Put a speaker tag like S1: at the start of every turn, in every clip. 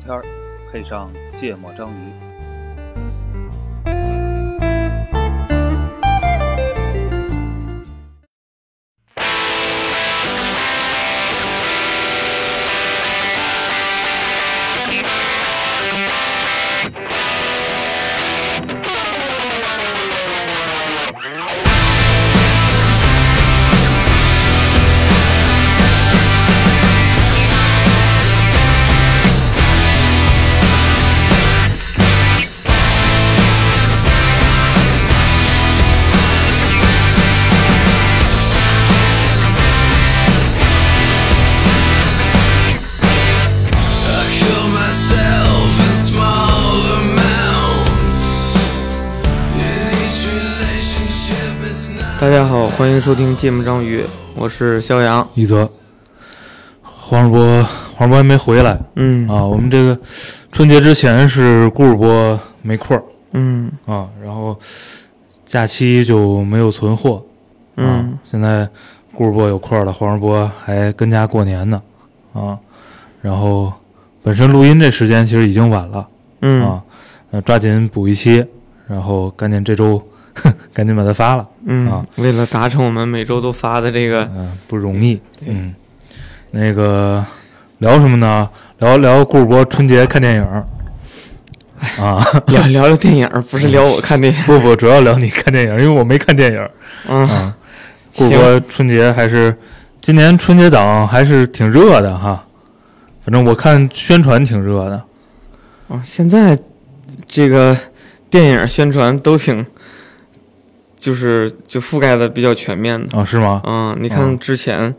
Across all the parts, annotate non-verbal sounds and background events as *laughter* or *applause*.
S1: 天儿，配上芥末章鱼。
S2: I kill myself in small amounts. In each relationship, it's not.
S3: 大家好，欢迎收听《芥末章鱼》，我是肖阳。
S4: 一泽，黄世波，黄世波还没回来
S3: 嗯
S4: 啊。我们这个春节之前是顾世波没空儿
S3: 嗯
S4: 啊，然后假期就没有存货啊。
S3: 嗯
S4: 现在顾世波有空儿了，黄世波还跟家过年呢啊。然后本身录音这时间其实已经晚了、
S3: 嗯
S4: 啊，那抓紧补一期，然后赶紧这周 *laughs* 赶紧把它发了。
S3: 嗯
S4: 啊，
S3: 为了达成我们每周都发的这
S4: *laughs*
S3: 个，
S4: 嗯，不容易。嗯，那个聊什么呢？聊聊顾世博春节看电影儿啊，
S3: 聊聊聊电影儿，不是聊我看
S4: *laughs*
S3: 电影儿。
S4: 不不，主要聊你看电影儿，因为我没看电影儿。
S3: 嗯，
S4: 啊，顾世博春节还是今年春节档还是挺热的哈，反正我看宣传挺热的。
S3: 啊现在这个电影宣传都挺，就是就覆盖的比较全面的。
S4: 啊，是吗？
S3: 嗯，你
S4: 哦
S3: 看之前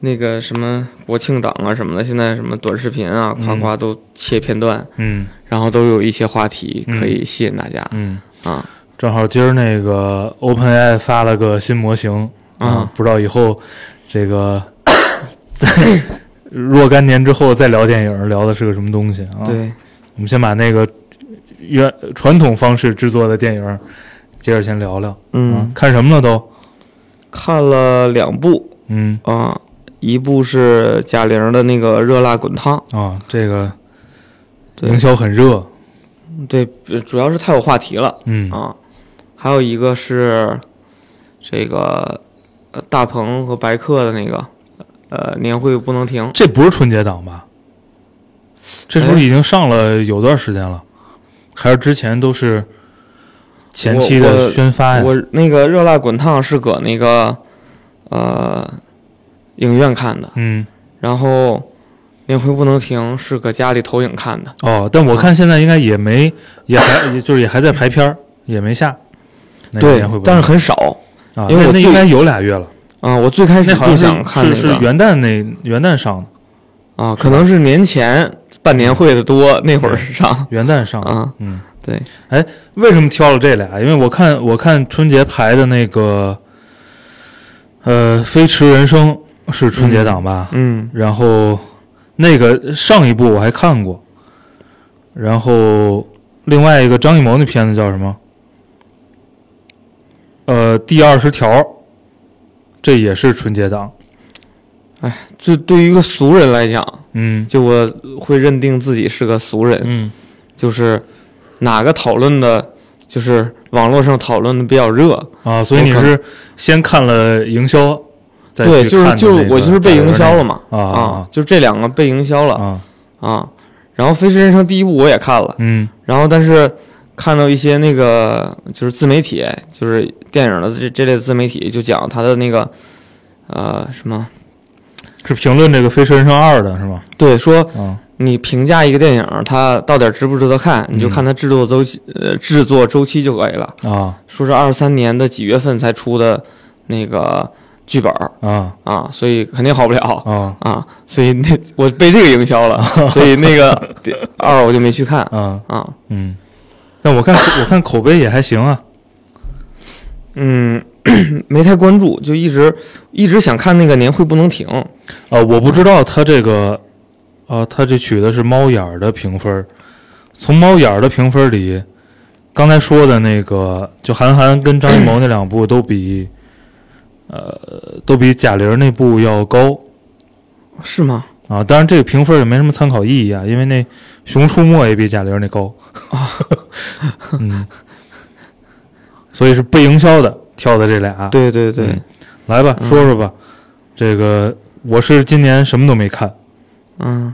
S3: 那个什么国庆档啊什么的，现在什么短视频啊，夸
S4: 嗯
S3: 夸都切片段，
S4: 嗯
S3: 然后都有一些话题可
S4: 嗯
S3: 以吸引大家
S4: 嗯，
S3: 啊。
S4: 正好今儿那个 OpenAI 发了个新模型
S3: 啊
S4: 不知道以后这个 *coughs* 在若干年之后再聊电影，聊的是个什么东西啊？，
S3: 对，
S4: 我们先把那个原传统方式制作的电影接着先聊聊。啊
S3: 嗯，
S4: 看什么了都？
S3: 看了两部
S4: 嗯
S3: 啊，一部是贾玲的那个《热辣滚烫》，
S4: 啊，这个
S3: 嗯对
S4: 营销很热。
S3: 对，呃主要是太有话题了
S4: 嗯
S3: 啊。还有一个是这个呃大鹏和白客的那个呃年会不能停，
S4: 这不是春节档吧？这是不
S3: 哎
S4: 是已经上了有段时间了？还是之前都是前期
S3: 我
S4: 的
S3: 我
S4: 宣发呀？
S3: 我那个《热辣滚烫》是搁那个呃影院看的，
S4: 嗯。
S3: 然后年会不能停是搁家里投影看的。
S4: 哦，但
S3: 啊
S4: 我看现在应该也没，也还也就是也还在排片儿，也没下。那个
S3: 对
S4: 年会，不
S3: 但
S4: 会
S3: 是很少。
S4: 啊，
S3: 因为
S4: 那
S3: 我
S4: 那
S3: 最
S4: 应该有俩月了，
S3: 啊、我最开始
S4: 那好
S3: 就
S4: 像
S3: 想
S4: 是
S3: 看那
S4: 是
S3: 个，
S4: 是元旦那元旦上的，
S3: 啊，可能是年前办年会的多，那会儿
S4: *laughs*
S3: 上
S4: 元旦上的。
S3: 啊，
S4: 嗯，
S3: 对，
S4: 为什么挑了这俩？因为我看我看春节排的那个，呃，《飞驰人生》是春节档吧？
S3: 嗯
S4: 然后那个上一部我还看过，然后另外一个张艺谋那片子叫什么？呃，第二十条，这也是春节档。
S3: 就对于一个俗人来讲，
S4: 嗯
S3: 就我会认定自己是个俗人，
S4: 嗯
S3: 就是哪个讨论的，就是网络上讨论的比较热，
S4: 啊，所以你
S3: 我看
S4: 是先看了营销，再
S3: 对，
S4: 去
S3: 就是
S4: 看的
S3: 就
S4: 那
S3: 是
S4: 个
S3: 我就是被营销了嘛，
S4: 啊啊啊
S3: 就这两个被营销了
S4: 啊，
S3: 啊，然后《飞驰人生》第一部我也看了，
S4: 嗯
S3: 然后但是看到一些那个就是自媒体，就是电影的这这类自媒体，就讲他的那个呃什么，
S4: 是评论这个《飞驰人生二》的是吗？
S3: 对，说
S4: 啊，
S3: 你评价一个电影，它到底值不值得看，你就看它制作周期，呃，制作周期就可以了。
S4: 啊
S3: 说是二三年的几月份才出的那个剧本儿
S4: 啊
S3: 啊，所以肯定好不了
S4: 啊
S3: 啊，所以那我被这个营销 *laughs* 了，所以那个第二我就没去看
S4: 啊
S3: 啊，
S4: 嗯，但我看我看口碑也还行啊，
S3: 嗯， *clears throat* 没太关注，就一直一直想看那个年会不能停，
S4: 啊，我不知道他这个，啊，他这取的是猫眼儿的评分儿。从猫眼儿的评分儿里，刚才说的那个，就韩寒跟张艺谋那两部都比，呃，都比贾玲儿那部要高
S3: 是吗？
S4: 啊，当然这个评分也没什么参考意义啊，因为那《熊出没》也比贾玲那高
S3: 啊
S4: *laughs* 嗯，所以是被营销的挑的这俩。，
S3: 对对对，
S4: 嗯来吧，
S3: 嗯
S4: 说说吧，这个我是今年什么都没看，
S3: 嗯，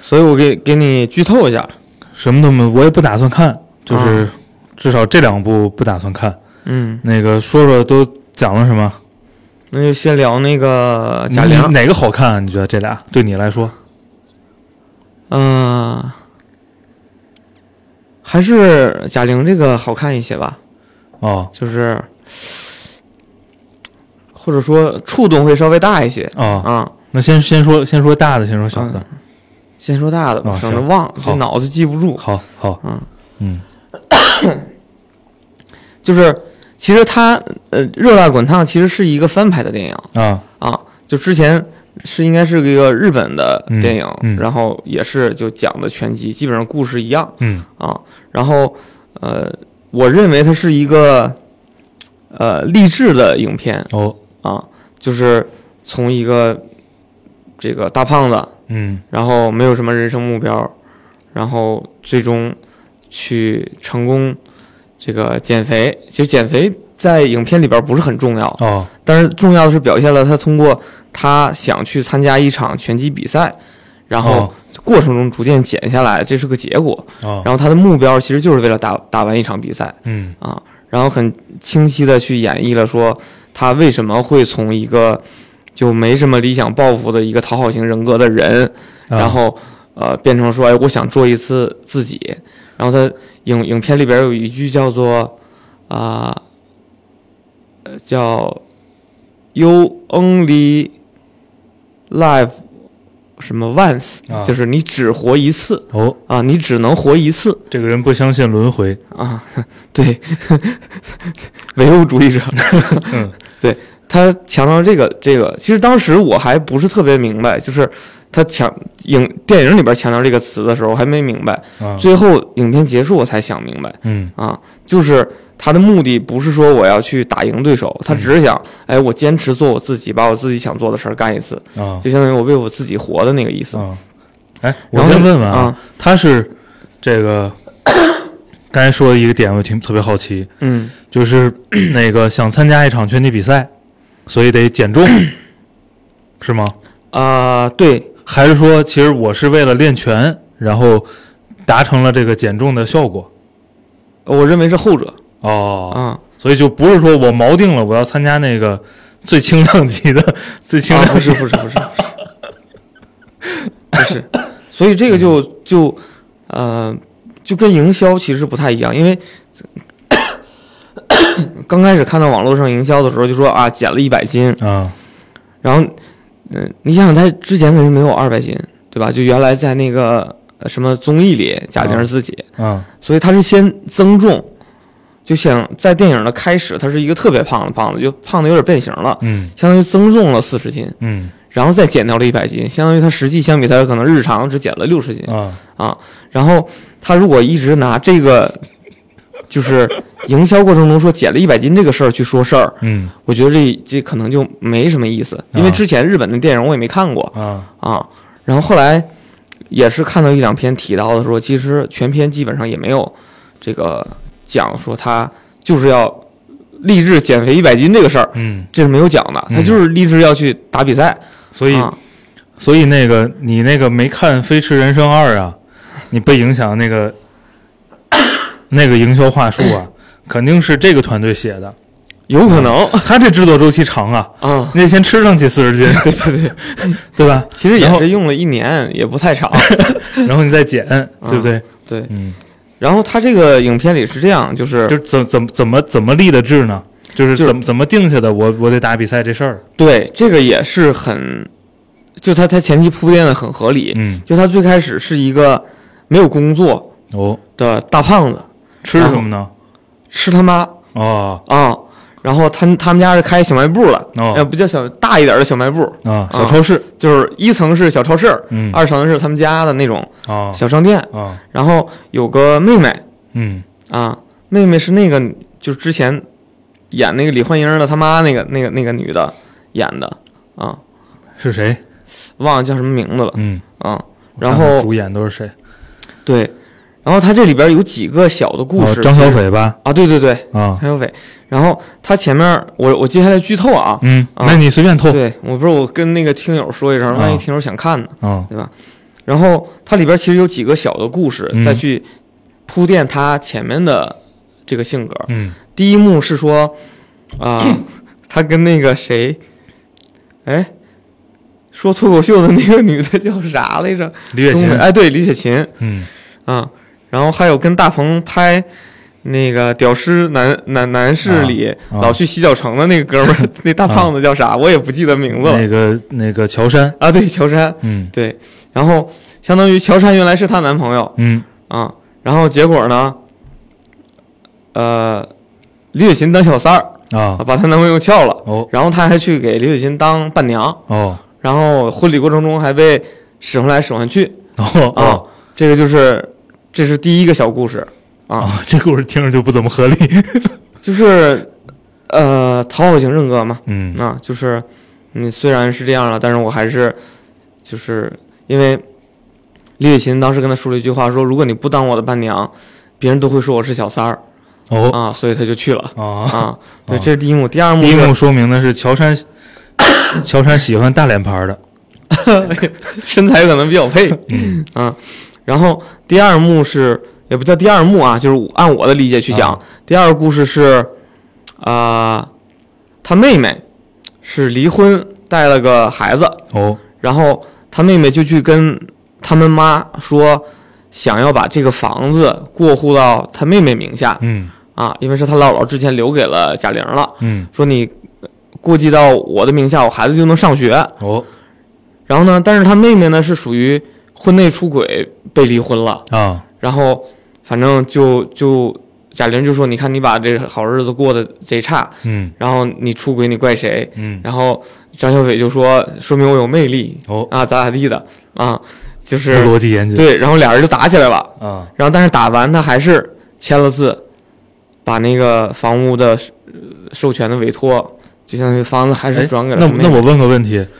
S3: 所以我给给你剧透一下，
S4: 什么都没，我也不打算看，
S3: 啊
S4: 就是至少这两部不打算看。
S3: 嗯，
S4: 那个说说都讲了什么？
S3: 那就先聊那个啊贾
S4: 你
S3: 玲，
S4: 哪个好看啊、你觉得这俩对你来说？
S3: 嗯、还是贾玲这个好看一些吧，
S4: 哦
S3: 就是或者说触动会稍微大一些
S4: 哦，
S3: 啊。
S4: 那先先说先说大的，先说小的。
S3: 先说大的吧，
S4: 啊
S3: 省着
S4: 行
S3: 忘，这
S4: 好
S3: 脑子记不住。
S4: 好好，
S3: 嗯
S4: 嗯
S3: 就是其实它呃，《热辣滚烫》其实是一个翻拍的电影
S4: 啊
S3: 啊，就之前是应该是一个日本的电影，
S4: 嗯嗯
S3: 然后也是就讲的拳击，基本上故事一样
S4: 嗯
S3: 啊。然后呃，我认为它是一个呃励志的影片
S4: 哦
S3: 啊，就是从一个这个大胖子，
S4: 嗯
S3: 然后没有什么人生目标，然后最终去成功这个减肥。其实减肥在影片里边不是很重要，
S4: 哦
S3: 但是重要的是表现了他通过他想去参加一场拳击比赛，然后
S4: 哦
S3: 过程中逐渐减下来，这是个结果。
S4: 哦
S3: 然后他的目标其实就是为了打打完一场比赛
S4: 嗯
S3: 啊，然后很清晰的去演绎了说他为什么会从一个就没什么理想抱负的一个讨好型人格的人，
S4: 啊
S3: 嗯然后呃变成说，哎，我想做一次自己。然后他影影片里边有一句叫做啊、呃叫 “You only live” 什么 once，、
S4: 啊
S3: 就是你只活一次
S4: 哦，
S3: 啊，你只能活一次
S4: 这个人不相信轮回，
S3: 啊。 *laughs* 对，唯物主义者，
S4: 嗯
S3: *laughs* 对他强调这个这个，其实当时我还不是特别明白，就是他强影电影里边强调这个词的时候，我还没明白。
S4: 啊
S3: 最后影片结束我才想明白
S4: 嗯
S3: 啊，就是他的目的不是说我要去打赢对手，
S4: 嗯
S3: 他只是想，哎，我坚持做我自己，把我自己想做的事儿干一次，
S4: 啊
S3: 就相当于我为我自己活的那个意思。
S4: 啊，哎，我
S3: 然后
S4: 先
S3: 呢
S4: 问问啊
S3: 啊，
S4: 他是这个 *coughs* 刚才说的一个点，我挺特别好奇，
S3: 嗯，
S4: 就是 *coughs* 那个想参加一场拳击比赛，所以得减
S3: *coughs*
S4: 重，是吗？
S3: 啊、对，
S4: 还是说，其实我是为了练拳，然后达成了这个减重的效果？
S3: 我认为是后者
S4: 哦，
S3: 啊，
S4: 所以就不是说我锚定了我要参加那个最轻量级的最轻
S3: 啊
S4: 量
S3: 不
S4: 级
S3: 是不是不是不是，所以这个就就呃就跟营销其实不太一样，因为刚开始看到网络上营销的时候就说啊减了一百斤，
S4: 啊
S3: 然后，嗯、你想想，他之前肯定没有二百斤，对吧？就原来在那个呃什么综艺里，贾玲
S4: 嗯
S3: 自己，
S4: 啊
S3: 所以他是先增重，就想在电影的开始，他是一个特别胖的胖子，就胖的有点变形了，
S4: 嗯
S3: 相当于增重了四十斤，
S4: 嗯
S3: 然后再减掉了一百斤，相当于他实际相比他可能日常只减了六十斤
S4: 啊
S3: 啊。然后他如果一直拿这个，就是营销过程中说减了一百斤这个事儿去说事儿，
S4: 嗯
S3: 我觉得这这可能就没什么意思，因为之前日本的电影我也没看过
S4: 啊
S3: 啊。然后后来也是看到一两篇提到的说，其实全篇基本上也没有这个讲说他就是要励志减肥一百斤这个事儿，
S4: 嗯，
S3: 这是没有讲的，他
S4: 嗯
S3: 就是励志要去打比赛。
S4: 所以
S3: 啊、
S4: 所以那个你那个没看《飞驰人生二》啊，你被影响那个那个营销话术啊，肯定是这个团队写的，
S3: 有可能
S4: 他这制作周期长啊，
S3: 啊。 *laughs*
S4: 你得先吃上去四十斤， *laughs* 对对对，对吧？
S3: 其实
S4: 然
S3: 也
S4: 后
S3: 是用了一年，也不
S4: *laughs*
S3: 太长。
S4: 然后你再减，对不对？
S3: 对，
S4: 嗯，
S3: 然后他这个影片里是这样，就是
S4: 就是怎怎怎么怎么立的志呢？就是
S3: 啊就是
S4: 怎么怎么定下的？我我得打比赛这事儿。
S3: 对这个也是很，就他他前期铺垫的很合理，
S4: 嗯，
S3: 就他最开始是一个没有工作
S4: 哦，
S3: 的大胖子，
S4: 吃什么呢？
S3: 吃他妈
S4: 哦
S3: 啊！然后他他们家是开小卖部的，
S4: 哦
S3: 呃，不叫小大一点的小卖部，
S4: 啊，小超市，
S3: 就是一层是小超市，
S4: 嗯，
S3: 二层是他们家的那种
S4: 啊
S3: 小商店。
S4: 啊，
S3: 然后有个妹妹
S4: 嗯
S3: 啊，妹妹是那个就是之前演那个李焕英的他妈那个那个那个女的演的啊，
S4: 是谁？
S3: 忘了叫什么名字了
S4: 嗯，
S3: 啊。
S4: 我
S3: 然
S4: 看看
S3: 后
S4: 主演都是谁？
S3: 对，然后它这里边有几个小的故
S4: 哦
S3: 事，
S4: 张小
S3: 其实
S4: 斐吧？
S3: 啊，对对对，
S4: 啊，
S3: 张小斐。然后它前面我我接下来剧透啊，
S4: 嗯，
S3: 啊
S4: 那你随便透。
S3: 对我不是我跟那个听友说一声，万一
S4: 啊
S3: 听友想看呢，
S4: 啊，
S3: 对吧？然后它里边其实有几个小的故事
S4: 嗯
S3: 再去铺垫它前面的这个性格。
S4: 嗯，
S3: 第一幕是说啊、
S4: *coughs*
S3: 他跟那个谁，哎，说脱口秀的那个女的叫啥来着？
S4: 李雪
S3: 东
S4: 琴
S3: 北，哎，对，李雪琴
S4: 嗯，
S3: 啊。然后还有跟大鹏拍那个《屌丝男男男士》里、
S4: 啊啊啊
S3: 老去洗脚城的那个哥们
S4: *laughs*
S3: 儿，那大胖子叫啥？我也不记得名字了
S4: 那个那个乔杉，
S3: 啊。对，乔杉，
S4: 嗯
S3: 对。然后相当于乔杉原来是她男朋友
S4: 嗯
S3: 啊。然后结果呢，呃，李雪琴当小三儿。
S4: 啊，
S3: 把她男朋友撬了，
S4: 哦
S3: 然后她还去给李雪琴当伴娘，
S4: 哦
S3: 然后婚礼过程中还被使唤来使唤去
S4: 哦
S3: 啊、
S4: 哦
S3: 这个就是这是第一个小故事啊，
S4: 啊，这故事听着就不怎
S3: *laughs*
S4: 么合理。
S3: 就是呃讨好型人格嘛，
S4: 嗯
S3: 啊，就是你虽然是这样了，但是我还是就是因为李雪琴当时跟他说了一句话，说如果你不当我的伴娘，别人都会说我是小三儿
S4: 哦
S3: 啊，所以他就去了
S4: 啊，
S3: 啊，对，
S4: 啊
S3: 这是第一幕，第二幕
S4: 第一
S3: 是
S4: 幕说明的是乔杉，乔杉喜欢大脸盘的。
S3: 身材可能比较配，
S4: 嗯
S3: 啊。然后第二幕是也不叫第二幕啊，就是按我的理解去讲，
S4: 啊
S3: 第二个故事是，啊、他妹妹是离婚带了个孩子，
S4: 哦
S3: 然后他妹妹就去跟他们妈说，想要把这个房子过户到他妹妹名下
S4: 嗯
S3: 啊，因为是他姥姥之前留给了贾玲了，
S4: 嗯
S3: 说你过继到我的名下，我孩子就能上学。
S4: 哦
S3: 然后呢，但是他妹妹呢是属于婚内出轨被离婚了，
S4: 啊
S3: 然后反正就就贾玲就说：“你看你把这好日子过得贼差，
S4: 嗯
S3: 然后你出轨你怪谁
S4: 嗯？”
S3: 然后张小斐就说：“说明我有魅力
S4: 哦，
S3: 啊，咋咋地的啊，就
S4: 这
S3: 是
S4: 逻辑严谨。
S3: 对。”然后俩人就打起来了，
S4: 啊
S3: 然后但是打完他还是签了字，把那个房屋的呃授权的委托，就相当于房子还是
S4: 哎
S3: 转给了
S4: 那
S3: 他妹
S4: 那
S3: 妹
S4: 我问个问题， *coughs*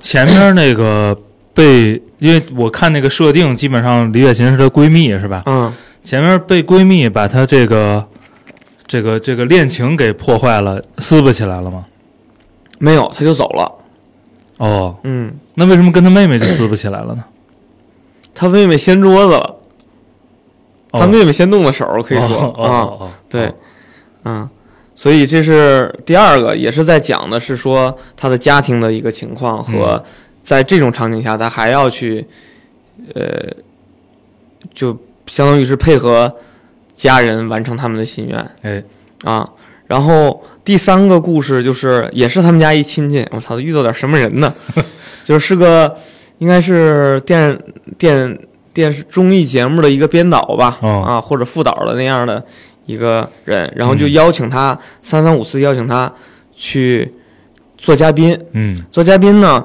S4: 前面那个被，因为我看那个设定，基本上李雪琴是她闺蜜是吧？
S3: 嗯
S4: 前面被闺蜜把她这个这个这个恋情给破坏了，撕巴起来了吗？
S3: 没有他就走了，
S4: 哦，
S3: 嗯。
S4: 那为什么跟她妹妹就撕巴起来了
S3: *coughs*
S4: 呢？
S3: 他妹妹掀桌子了，
S4: 哦
S3: 他妹妹先动的手，可以
S4: 哦
S3: 说
S4: 哦哦
S3: 啊，
S4: 哦
S3: 对
S4: 哦，
S3: 嗯，所以这是第二个，也是在讲的是说他的家庭的一个情
S4: 嗯
S3: 况和在这种场景下，他还要去，呃，就相当于是配合家人完成他们的心愿
S4: 哎，
S3: 啊。然后第三个故事就是，也是他们家一亲戚，我操，遇到点什么人呢？ *laughs* 就是是个应该是电电电视综艺节目的一个编导吧，
S4: 哦
S3: 啊或者副导的那样的一个人，然后就邀请他、三番五次邀请他去做嘉宾，
S4: 嗯
S3: 做嘉宾呢。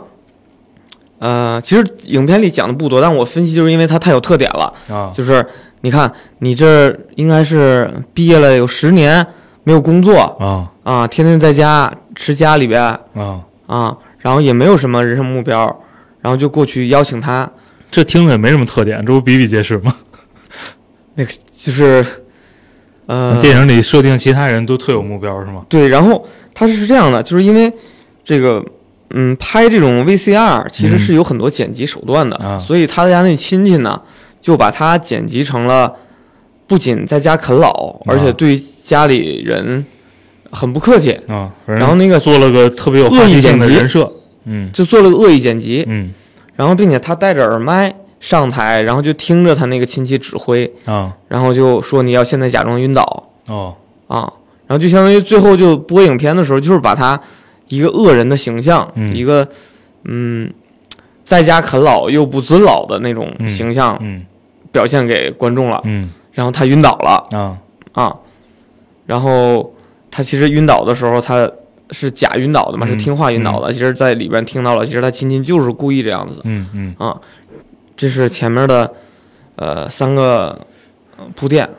S3: 呃，其实影片里讲的不多，但我分析就是因为他太有特点了，
S4: 啊
S3: 就是你看你这应该是毕业了有十年没有工作
S4: 啊
S3: 啊，天天在家吃家里边
S4: 啊，
S3: 啊，然后也没有什么人生目标，然后就过去邀请他，
S4: 这听着也没什么特点，这不比比皆是吗？
S3: 那个就是，呃，
S4: 电影里设定其他人都特有目标是吗？
S3: 对，然后他是这样的，就是因为这个，嗯，拍这种 VCR 其实
S4: 嗯
S3: 是有很多剪辑手段的，
S4: 啊
S3: 所以他家那亲戚呢，就把他剪辑成了不仅在家啃老，而且对家里人很不客气，
S4: 啊，反正
S3: 然后那个
S4: 做了个特别有话
S3: 恶意
S4: 题性
S3: 剪
S4: 的
S3: 辑
S4: 人设，嗯
S3: 就做了个恶意剪辑，
S4: 嗯
S3: 然后并且他戴着耳麦上台，然后就听着他那个亲戚指挥，
S4: 啊
S3: 然后就说你要现在假装晕倒。
S4: 哦
S3: 啊，然后就相当于最后就播影片的时候，就是把他一个恶人的形象，
S4: 嗯
S3: 一个嗯，在家啃老又不尊老的那种
S4: 嗯
S3: 形象
S4: 嗯
S3: 表现给观众了。
S4: 嗯
S3: 然后他晕倒了
S4: 啊
S3: 啊，然后他其实晕倒的时候他是假晕倒的嘛，
S4: 嗯
S3: 是听话晕倒的。其实，在里边听到了，其实他亲亲就是故意这样子。
S4: 嗯嗯，
S3: 啊这是前面的呃三个呃铺垫。啊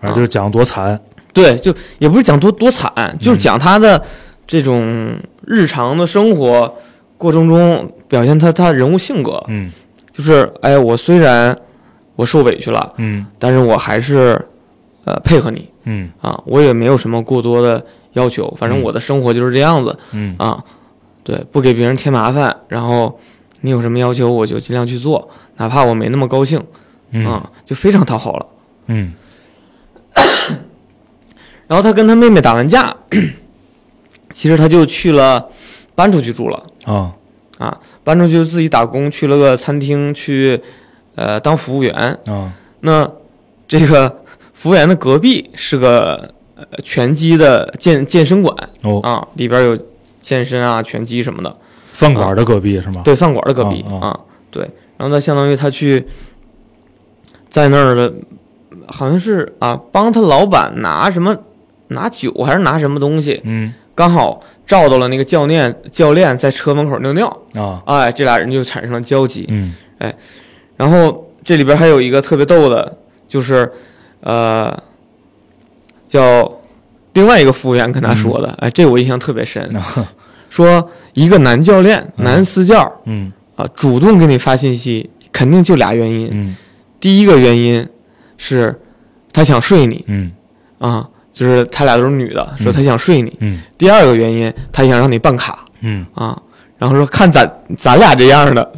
S4: 反正就是讲得多惨，
S3: 对，就也不是讲多多惨，就是讲他的这种日常的生活过程中表现他他人物性格，
S4: 嗯
S3: 就是哎，我虽然我受委屈了，
S4: 嗯
S3: 但是我还是呃配合你
S4: 嗯
S3: 啊，我也没有什么过多的要求，反正
S4: 嗯
S3: 我的生活就是这样子
S4: 嗯
S3: 啊，对，不给别人添麻烦，然后你有什么要求我就尽量去做，哪怕我没那么高兴
S4: 嗯
S3: 啊，就非常讨好了。
S4: 嗯
S3: 然后他跟他妹妹打完架，其实他就去了搬出去住了
S4: 啊
S3: 啊，搬出去自己打工，去了个餐厅去呃当服务员。
S4: 啊
S3: 那这个服务员的隔壁是个呃拳击的健健身馆
S4: 哦，
S3: 啊，里边有健身啊、拳击什么的。
S4: 饭馆的隔壁是吗？
S3: 啊对，饭馆的隔壁、
S4: 啊啊
S3: 啊，对。然后他相当于他去在那儿的，好像是啊，帮他老板拿什么拿酒还是拿什么东西，
S4: 嗯
S3: 刚好照到了那个教练教练在车门口尿尿，
S4: 啊
S3: 哎，这俩人就产生了交集。
S4: 嗯
S3: 然后这里边还有一个特别逗的，就是呃，叫另外一个服务员跟他说
S4: 嗯
S3: 的，哎，这我印象特别深，说一个男教练、男私教。
S4: 嗯
S3: 啊，主动给你发信息，肯定就俩原因。
S4: 嗯
S3: 第一个原因是他想睡你
S4: 嗯
S3: 啊，就是他俩都是女的，说他想睡你。
S4: 嗯
S3: 第二个原因，他想让你办卡
S4: 嗯
S3: 啊，然后说看咱咱俩这样的，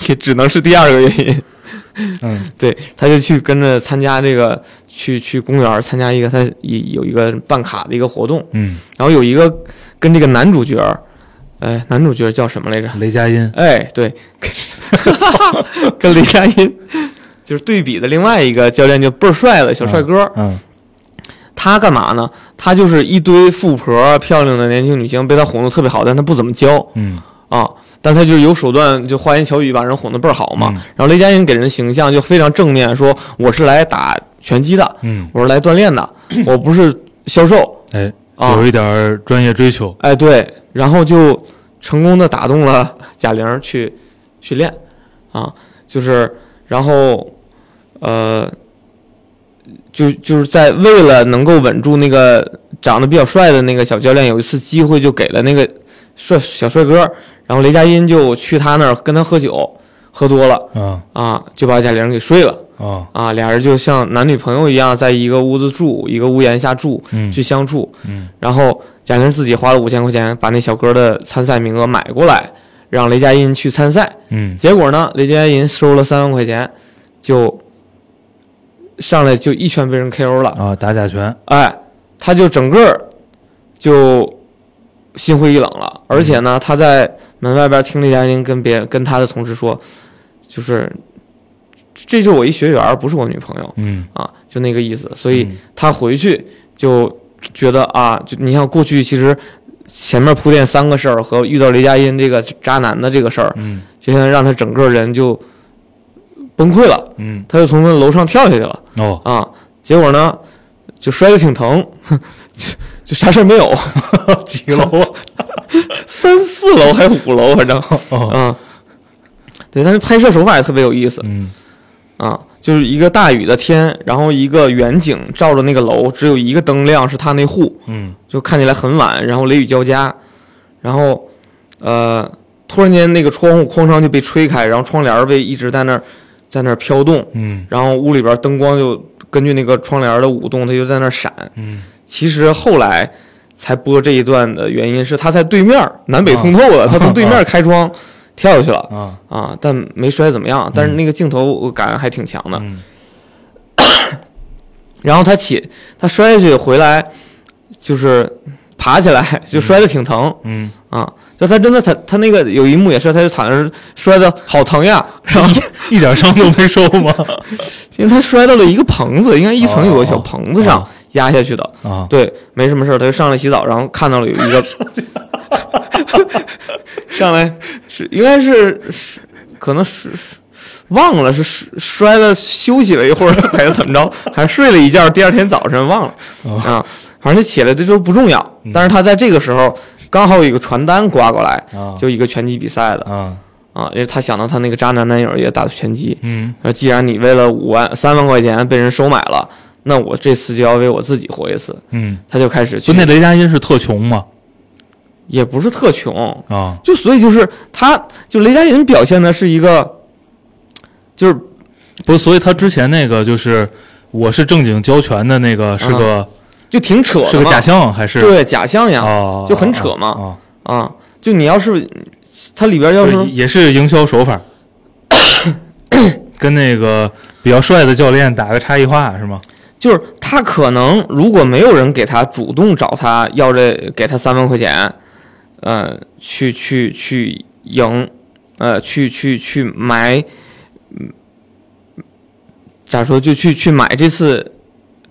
S3: *laughs* 也只能是第二个原因。 *laughs*
S4: 嗯
S3: 对，他就去跟着参加这个，去去公园参加一个他一有一个办卡的一个活动，
S4: 嗯，
S3: 然后有一个跟这个男主角，哎，男主角叫什么来着？
S4: 雷佳音
S3: 哎，对， *laughs* 操，跟雷佳音就是对比的另外一个教练就倍儿帅了，小帅哥。
S4: 嗯
S3: 他干嘛呢？他就是一堆富婆、漂亮的年轻女星被他哄得特别好，但他不怎么教
S4: 嗯
S3: 啊。但他就是有手段，就花言巧语把人哄得倍儿好嘛。
S4: 嗯
S3: 然后雷佳音给人形象就非常正面，说我是来打拳击的，
S4: 嗯，
S3: 我是来锻炼的，我不是销售。
S4: 哎，
S3: 啊
S4: 有一点儿专业追求，
S3: 哎，对，然后就成功的打动了 *laughs* 贾玲儿去训练啊，就是然后呃，就就是在为了能够稳住那个长得比较帅的那个小教练，有一次机会就给了那个帅小帅哥，然后雷佳音就去他那儿跟他喝酒，喝多了
S4: 嗯
S3: 啊，就把贾玲儿给睡了。
S4: 啊
S3: 啊，俩人就像男女朋友一样，在一个屋子住，一个屋檐下住，
S4: 嗯
S3: 去相处。
S4: 嗯
S3: 然后贾玲自己花了五千块钱把那小哥的参赛名额买过来，让雷佳音去参赛。
S4: 嗯
S3: 结果呢，雷佳音收了三万块钱，就上来就一拳被人 KO 了。
S4: 啊打假拳，
S3: 哎，他就整个儿就心灰意冷了。而且呢，他在门外边听雷佳音跟别人跟他的同事说，就是这就是我一学员儿，不是我女朋友
S4: 嗯，
S3: 啊，就那个意思。所以他回去就觉得啊，就你像过去其实前面铺垫三个事儿和遇到雷佳音这个渣男的这个事儿，
S4: 嗯
S3: 就像让他整个人就崩溃了，
S4: 嗯
S3: 他就从那楼上跳下去了
S4: 嗯哦
S3: 啊，结果呢就摔得挺疼， *laughs* 就就啥事儿没有， *laughs* 啊
S4: 几楼
S3: 三四楼还五楼反正
S4: 哦
S3: 啊，对，但是拍摄手法也特别有意思，
S4: 嗯
S3: 啊，就是一个大雨的天，然后一个远景照着那个楼，只有一个灯亮，是他那户，
S4: 嗯
S3: 就看起来很晚，然后雷雨交加，然后呃，突然间那个窗户哐当就被吹开，然后窗帘儿被一直在那儿在那儿飘动，
S4: 嗯
S3: 然后屋里边灯光就根据那个窗帘的舞动，它就在那儿闪。
S4: 嗯
S3: 其实后来才播这一段的原因是他在对面儿南北通透的，他从对面开窗跳下去了
S4: 啊
S3: 啊，但没摔怎么样，但是那个镜头感还挺强的。
S4: 嗯
S3: 然后他起，他摔下去回来，就是爬起来就摔得挺疼、
S4: 嗯
S3: 啊。就他真的他他那个有一幕也是，他就躺那儿摔得好疼呀，然
S4: *laughs*
S3: 后
S4: 一点伤都没受吗？
S3: 因为他摔到了一个棚子，应该一层有个小棚子
S4: 哦
S3: 上压下去的。
S4: 啊
S3: 对，没什么事儿，他就上来洗澡，然后看到了有一个上来是应该是是可能是是忘了是摔摔了休息了一会儿还是怎么着，还是睡了一觉，第二天早晨忘了啊，反正就起来这都不重要。但是他在这个时候刚好有一个传单刮过来，
S4: 啊
S3: 就一个拳击比赛的
S4: 啊
S3: 啊，因为他想到他那个渣男男友也打拳击，
S4: 嗯
S3: 说既然你为了五万三万块钱被人收买了，那我这次就要为我自己活一次。
S4: 嗯，
S3: 他就开始去
S4: 就那雷佳音是特穷嘛，
S3: 也不是特穷，
S4: 啊，
S3: 就所以就是他就雷佳音表现的是一个，就是
S4: 不是，所以他之前那个就是我是正经交拳的那个是个、
S3: 就挺扯的
S4: 是个
S3: 嘛
S4: 假象还是
S3: 对假象呀
S4: 啊，
S3: 就很扯嘛
S4: 啊啊
S3: 啊，就你要是它里边要
S4: 就是是也是营销手法，跟那个比较帅的教练打个差异化是吗？
S3: 就是他可能如果没有人给他主动找他要这给他三万块钱，呃，去去去赢，呃，去去去买，嗯，咋说就去去买这次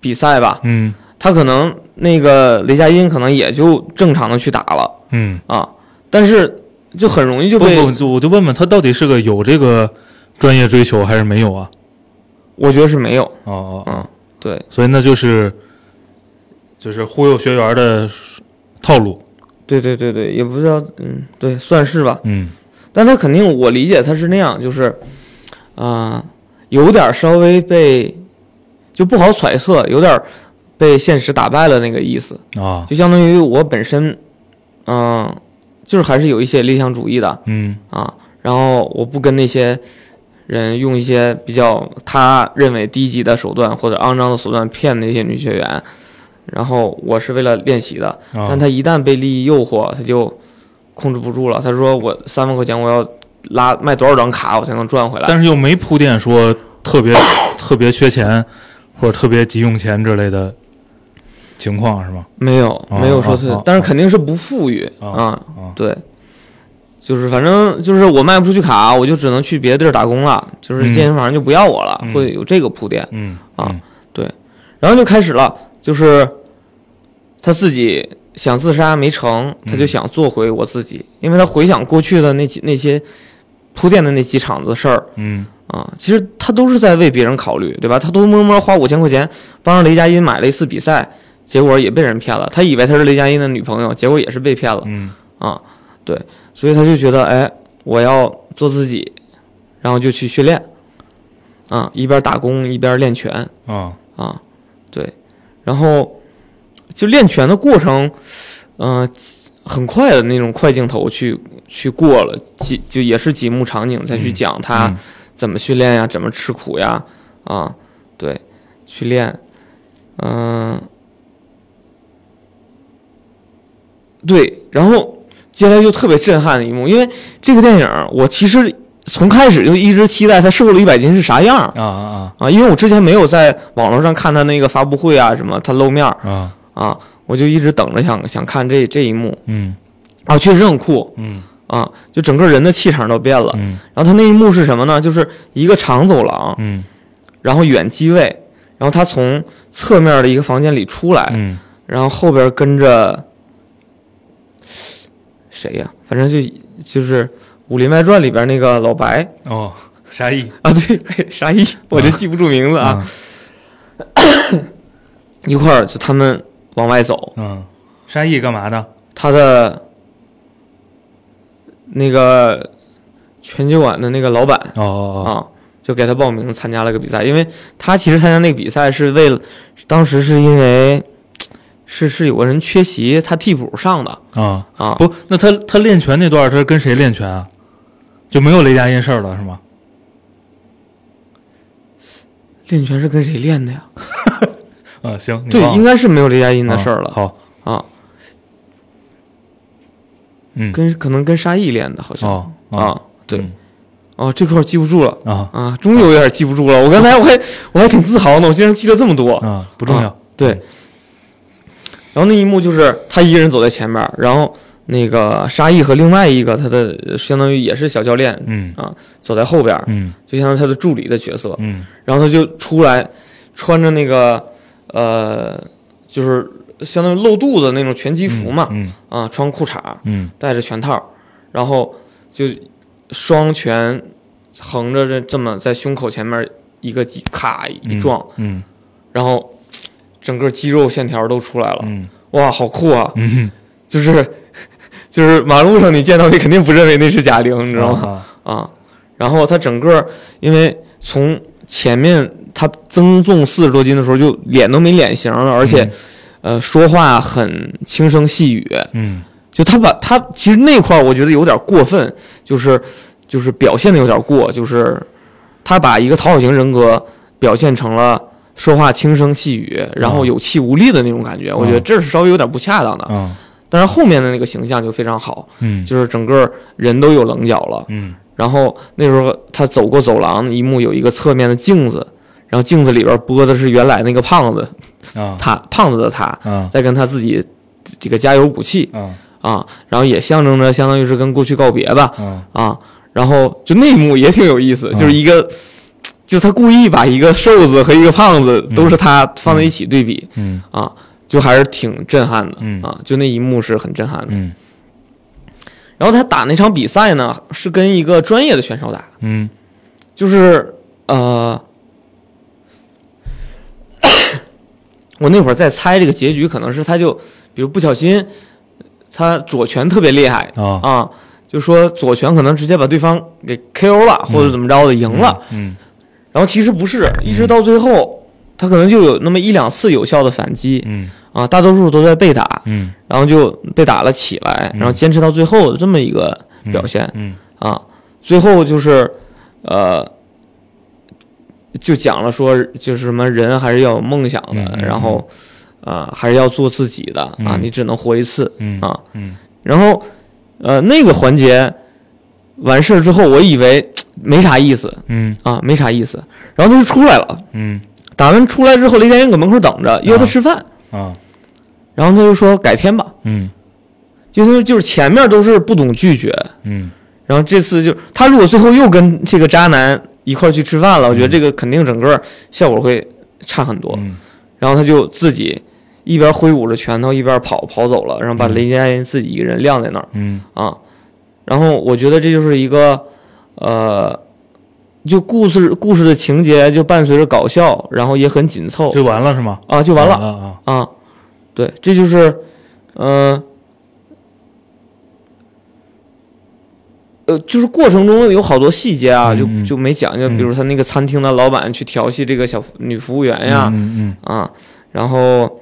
S3: 比赛吧，
S4: 嗯
S3: 他可能那个雷佳音可能也就正常的去打了
S4: 嗯，
S3: 啊，但是就很容易就
S4: 不
S3: 被
S4: 不，就我就问问他到底是个有这个专业追求还是没有啊？
S3: 我觉得是没有，
S4: 哦哦，哦
S3: 嗯，对
S4: 所以那就是就是忽悠学员的套路，
S3: 对对对对，也不知道，嗯，对，算是吧。
S4: 嗯
S3: 但他肯定，我理解他是那样，就是，啊、有点稍微被，就不好揣测，有点被现实打败了那个意思，
S4: 啊
S3: 就相当于我本身，嗯、就是还是有一些理想主义的
S4: 嗯
S3: 啊，然后我不跟那些人用一些比较他认为低级的手段或者肮脏的手段骗那些女学员，然后我是为了练习的，
S4: 啊
S3: 但他一旦被利益诱惑，他就控制不住了。他说：“我三万块钱，我要拉卖多少张卡，我才能赚回来
S4: 但是又没铺垫说特别特别缺钱或者特别急用钱之类的情况是吗？？”
S3: 没有，
S4: 哦
S3: 没有说
S4: 哦
S3: 他
S4: 哦，
S3: 但是肯定是不富裕
S4: 哦
S3: 啊
S4: 哦。
S3: 对，就是反正就是我卖不出去卡，我就只能去别的地儿打工了。就是
S4: 嗯
S3: 健身房就不要我了，
S4: 嗯
S3: 会有这个铺垫。
S4: 嗯
S3: 啊
S4: 嗯
S3: 然后就开始了，就是他自己想自杀没成，他就
S4: 嗯
S3: 想做回我自己，因为他回想过去的那几那些铺垫的那几场子事儿。
S4: 嗯
S3: 啊，其实他都是在为别人考虑，对吧？他偷偷摸摸花五千块钱帮着雷佳音买了一次比赛，结果也被人骗了。他以为她是雷佳音的女朋友，结果也是被骗了
S4: 嗯
S3: 啊。对，所以他就觉得，哎，我要做自己，然后就去训练，啊，一边打工一边练拳
S4: 啊
S3: 啊，对，然后就练拳的过程，嗯、很快的那种快镜头去去过了几就也是几幕场景再去讲他、
S4: 嗯
S3: 怎么训练呀，怎么吃苦呀，啊，对，去练，嗯、对，然后接下来就特别震撼的一幕，因为这个电影儿我其实从开始就一直期待他瘦了一百斤是啥样儿
S4: 啊啊
S3: 啊，因为我之前没有在网络上看他那个发布会啊什么，他露面儿
S4: 啊啊
S3: 啊，我就一直等着想想看这这一幕
S4: 嗯
S3: 啊，确实很酷
S4: 嗯
S3: 啊，就整个人的气场都变了。
S4: 嗯
S3: 然后他那一幕是什么呢？就是一个长走廊，
S4: 嗯
S3: 然后远机位，然后他从侧面的一个房间里出来，
S4: 嗯
S3: 然后后边跟着谁呀、反正就就是《武林外传》里边那个老白 *laughs*
S4: 哦，啥意
S3: 啊，对，啥意？我就记不住名字啊。
S4: 啊
S3: 一块儿就他们往外走，
S4: 嗯，沙溢干嘛的？
S3: 他的那个拳击馆的那个老板
S4: 哦哦
S3: 啊，就给他报名参加了个比赛，因为他其实参加那个比赛是为了，当时是因为是是有个人缺席，他替补上的
S4: 哦啊
S3: 啊，
S4: 不，那他他练拳那段儿他是跟谁练拳啊？就没有雷佳音事儿了是吗？
S3: 练拳是跟谁练的呀？
S4: 嗯，行，你
S3: 对，
S4: 忘了
S3: 哦应该是没有雷佳音的
S4: 啊
S3: 事儿了
S4: 好，
S3: 啊，
S4: 嗯，
S3: 跟可能跟沙溢练的，好像
S4: 哦
S3: 啊，对
S4: 嗯，
S3: 哦，这块儿记不住了
S4: 啊
S3: 啊，终于有点记不住了，我刚才我还我还挺自豪呢，我竟然记了这么多，
S4: 啊，不重要
S3: 啊，对，然后那一幕就是他一个人走在前面儿，然后那个沙溢和另外一个他的呃相当于也是小教练
S4: 嗯
S3: 啊走在后边儿，
S4: 嗯
S3: 就相当于他的助理的角色。
S4: 嗯
S3: 然后他就出来，穿着那个呃，就是相当于露肚子那种拳击服嘛，
S4: 嗯
S3: 啊，穿裤衩，
S4: 嗯
S3: 戴着拳套，然后就双拳横着这这么在胸口前面一个击咔一
S4: 嗯
S3: 撞，
S4: 嗯
S3: 然后整个肌肉线条都出来了。
S4: 嗯
S3: 哇，好酷啊！
S4: 嗯，
S3: 就是 *laughs* 就是马路上你见到，你肯定不认为那是贾玲，你
S4: 你
S3: 知道吗？
S4: 吗？
S3: 啊，然后他整个因为从前面他增重四十多斤的时候，就脸都没脸型了，而且、呃说话很轻声细语，
S4: 嗯
S3: 就他把他其实那块儿我觉得有点过分，就是就是表现的有点过，就是他把一个讨好型人格表现成了说话轻声细语，然后有气无力的那种感觉，我觉得这是稍微有点不恰当的。
S4: 嗯
S3: 但是后面的那个形象就非常好，
S4: 嗯
S3: 就是整个人都有棱角了。
S4: 嗯
S3: 然后那时候他走过走廊，一幕有一个侧面的镜子，然后镜子里边播的是原来那个胖子，
S4: 啊
S3: 他胖子的他
S4: 啊
S3: 在跟他自己这个加油鼓气
S4: 啊
S3: 啊，然后也象征着相当于是跟过去告别吧
S4: 啊
S3: 啊，然后就那一幕也挺有意思，
S4: 嗯
S3: 就是一个。就他故意把一个瘦子和一个胖子都是他放在一起对比、
S4: 嗯
S3: 啊，就还是挺震撼的、
S4: 嗯
S3: 啊，就那一幕是很震撼的。
S4: 嗯
S3: 然后他打那场比赛呢，是跟一个专业的选手打，
S4: 嗯
S3: 就是呃， *coughs* 我那会儿在猜这个结局，可能是他就比如不小心，他左拳特别厉害
S4: 啊
S3: 啊，就说左拳可能直接把对方给 KO 了，或者怎么着的赢了。
S4: 嗯
S3: 然后其实不是，一直到最后，他可能就有那么一两次有效的反击
S4: 嗯
S3: 啊，大多数都在被打，
S4: 嗯
S3: 然后就被打了起来，然后坚持到最后的这么一个
S4: 嗯
S3: 表现。
S4: 嗯
S3: 啊，最后就是，呃，就讲了说，就是什么人还是要有梦想的，
S4: 嗯嗯
S3: 然后，啊、还是要做自己的、啊，
S4: 嗯
S3: 你只能活一次
S4: 嗯
S3: 啊。
S4: 嗯
S3: 然后，呃，那个环节完事儿之后，我以为没啥意思
S4: 嗯
S3: 啊，没啥意思。然后他就出来了，
S4: 嗯
S3: 打完出来之后，雷佳音搁门口等着，约他吃饭，
S4: 啊
S3: 然后他就说改天吧，
S4: 嗯
S3: 就是就是前面都是不懂拒绝，
S4: 嗯
S3: 然后这次就他如果最后又跟这个渣男一块儿去吃饭了，我觉得这个肯定整个效果会差很多。
S4: 嗯
S3: 然后他就自己一边挥舞着拳头一边跑跑走了，然后把雷佳音自己一个人晾在那儿
S4: 嗯
S3: 啊。然后我觉得这就是一个呃，就故事故事的情节就伴随着搞笑，然后也很紧凑
S4: 就完了是吗？
S3: 啊，就哦完了
S4: 啊
S3: 啊。对，这就是呃。呃，就是过程中有好多细节啊，
S4: 嗯嗯
S3: 就就没讲，就比如他那个餐厅的老板去调戏这个小女服务员
S4: 啊
S3: 哎呀，
S4: 嗯
S3: 啊，然后，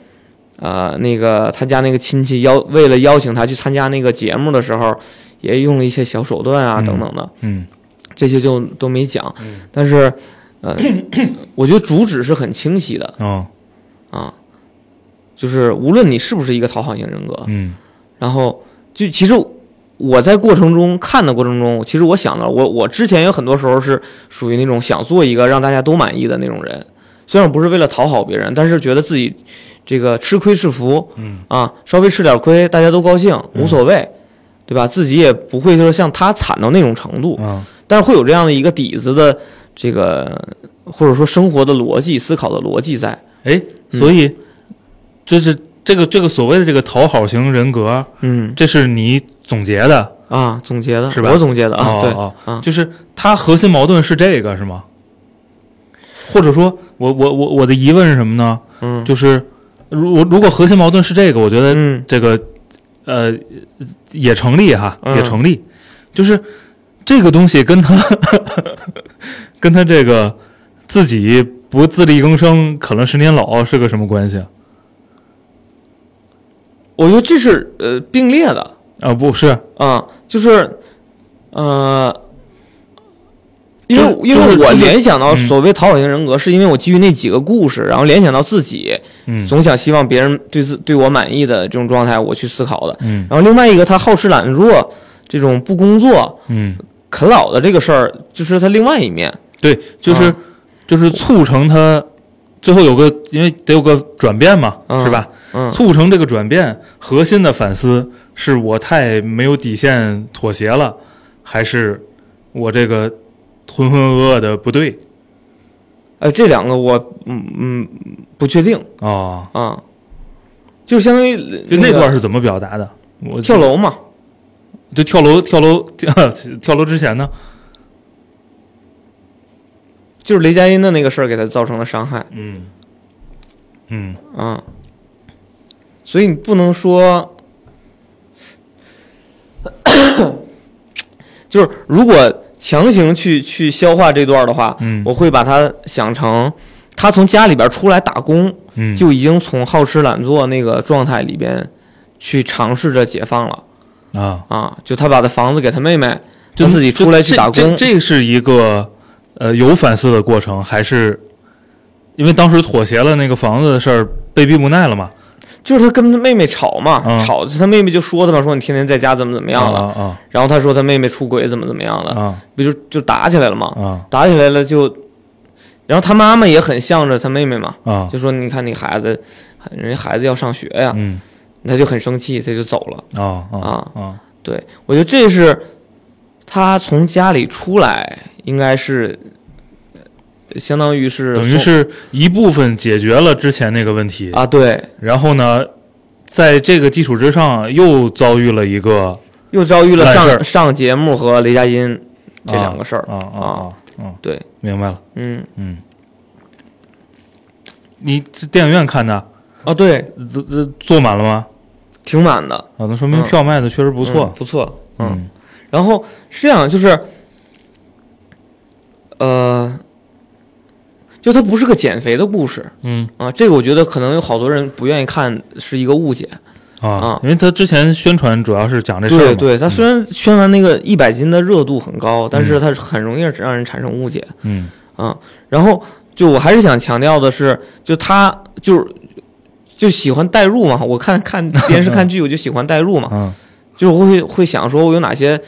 S3: 呃，那个他家那个亲戚邀为了邀请他去参加那个节目的时候，也用了一些小手段啊，
S4: 嗯
S3: 等等的，
S4: 嗯
S3: 这些就都没讲。但是，呃， *coughs* 我觉得主旨是很清晰的
S4: 嗯啊
S3: 啊，就是无论你是不是一个讨好型人格，
S4: 嗯
S3: 然后就其实我在过程中看的过程中，其实我想到我我之前有很多时候是属于那种想做一个让大家都满意的那种人，虽然不是为了讨好别人，但是觉得自己这个吃亏是福，
S4: 嗯
S3: 啊，稍微吃点亏大家都高兴
S4: 嗯
S3: 无所谓，对吧？自己也不会说像他惨到那种程度，
S4: 啊
S3: 但是会有这样的一个底子的这个或者说生活的逻辑、思考的逻辑在，
S4: 哎，所以就是这个这个所谓的这个讨好型人格，
S3: 嗯
S4: 这是你总结的，
S3: 啊，总结的
S4: 是吧
S3: 我总结的啊，
S4: 哦
S3: 对
S4: 哦
S3: 啊，
S4: 就是它核心矛盾是这个是吗？或者说我我我我的疑问是什么呢？
S3: 嗯
S4: 就是如我如果核心矛盾是这个，我觉得
S3: 嗯
S4: 这个呃也成立哈，
S3: 嗯
S4: 也成立，就是这个东西跟他 *laughs* 跟他这个自己不自力更生，可能十年老是个什么关系啊？
S3: 我觉得这是呃并列的。
S4: 啊不是，
S3: 啊，就是，呃，因为、
S4: 就是
S3: 因为
S4: 就是
S3: 我
S4: 就是
S3: 联想到
S4: 嗯
S3: 所谓讨好型人格，是因为我基于那几个故事，然后联想到自己，
S4: 嗯
S3: 总想希望别人对自对我满意的这种状态，我去思考的。
S4: 嗯
S3: 然后另外一个，他好吃懒做这种不工作、
S4: 嗯，
S3: 啃老的这个事儿，就是他另外一面。
S4: 对，就是、
S3: 啊
S4: 就是促成他最后有个，因为得有个转变嘛，
S3: 嗯
S4: 是吧？
S3: 嗯
S4: 促成这个转变，核心的反思是我太没有底线妥协了，还是我这个浑浑噩噩的不对
S3: 呃，这两个我嗯嗯不确定
S4: 啊、哦？
S3: 啊，就相当于
S4: 就
S3: 那
S4: 那
S3: 个
S4: 段是怎么表达的？我
S3: 跳，楼嘛，
S4: 就跳楼，跳楼，跳 *laughs* 跳楼之前呢？
S3: 就是雷佳音的那个事儿给他造成了伤害。
S4: 嗯嗯
S3: 啊，所以你不能说， *coughs* 就是如果强行去去消化这段的话，
S4: 嗯
S3: 我会把它想成他从家里边出来打工，
S4: 嗯，
S3: 就已经从好吃懒做那个状态里边去尝试着解放了
S4: 啊，
S3: 啊，就他把他房子给他妹妹，
S4: 就
S3: 他自己出来去打
S4: 这这
S3: 工，
S4: 这是一个呃有反思的过程，还是因为当时妥协了那个房子的事儿，被逼无奈了嘛？
S3: 就是他跟他妹妹吵嘛，
S4: 嗯
S3: 吵他妹妹就说他嘛，说你天天在家怎么怎么样了，嗯
S4: 啊
S3: 然后他说他妹妹出轨怎么怎么样了，
S4: 啊
S3: 不就就打起来了嘛，
S4: 啊
S3: 打起来了就，然后他妈妈也很向着他妹妹嘛，
S4: 啊啊！
S3: 就说你看你孩子，人家孩子要上学呀，
S4: 嗯
S3: 他就很生气，他就走了。
S4: 啊啊
S3: 啊
S4: 啊
S3: 对，我觉得这是他从家里出来，应该是呃相当于是
S4: 等于
S3: 送
S4: 是一部分解决了之前那个问题，
S3: 啊，对，
S4: 然后呢，在这个基础之上又遭遇了一个
S3: 又遭遇了
S4: 烂事儿
S3: 上上节目和雷佳音这两个事儿。
S4: 啊啊啊啊！
S3: 对，
S4: 明白了，
S3: 嗯，
S4: 嗯。你这电影院看的，
S3: 啊，对，
S4: 这这坐满了吗？
S3: 挺满的，
S4: 啊，那说明票卖的确实不
S3: 不
S4: 错。
S3: 不错，嗯。
S4: 嗯
S3: 然后是这样，就是，呃，就它不是个减肥的故事
S4: 嗯
S3: 啊，这个我觉得可能有好多人不愿意看，是一个误解。
S4: 啊
S3: 啊，
S4: 因为他之前宣传主要是讲这事儿
S3: 对
S4: 嘛嗯
S3: 对，它虽然宣传那个一百斤的热度很高，但是它是很容易让人产生误解
S4: 嗯
S3: 啊。然后就我还是想强调的是，就他就是就喜欢代入嘛，我看看电
S4: *laughs*
S3: 视看剧我就喜欢代入嘛，
S4: 嗯
S3: 就是我会会想说我有哪些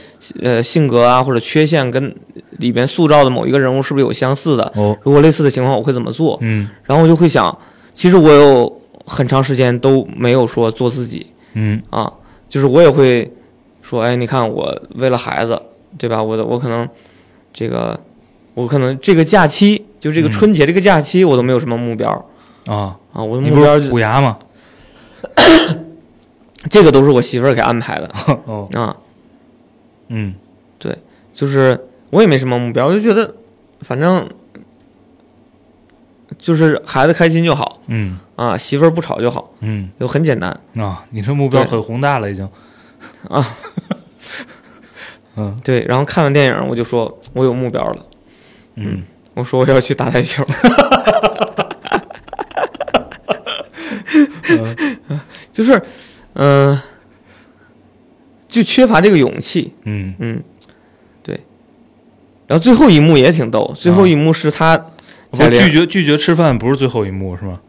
S3: 呃性格啊或者缺陷跟里边塑造的某一个人物是不是有相似的，
S4: 哦
S3: 如果类似的情况我会怎么做，
S4: 嗯
S3: 然后我就会想，其实我有很长时间都没有说做自己，
S4: 嗯
S3: 啊，就是我也会说，哎，你看我为了孩子，对吧？我的我可能这个，我可能这个假期，就这个
S4: 嗯
S3: 春节这个假期，我都没有什么目标
S4: 啊，
S3: 啊，我的
S4: 你
S3: 目
S4: 不
S3: 标
S4: 是
S3: 就
S4: 虎
S3: *laughs*
S4: 牙吗？
S3: 这个都是我媳妇儿给安排的
S4: 哦
S3: 啊，
S4: 嗯
S3: 就是我也没什么目标，我就觉得反正就是孩子开心就好
S4: 嗯
S3: 啊，媳妇儿不吵就好，
S4: 嗯
S3: 就很简单。
S4: 啊，你这目标
S3: 对啊
S4: 很宏大了已经。 *laughs*
S3: 对，然后看完电影我就说我有目标了，
S4: 嗯
S3: 我说我要去打台球。 *laughs* 就是，嗯、就缺乏这个勇气，
S4: 嗯
S3: 嗯，对。然后最后一幕也挺逗，最后一幕是他
S4: 不
S3: 在
S4: 是
S3: 脸、
S4: 拒绝拒绝吃饭不是最后一幕是吗？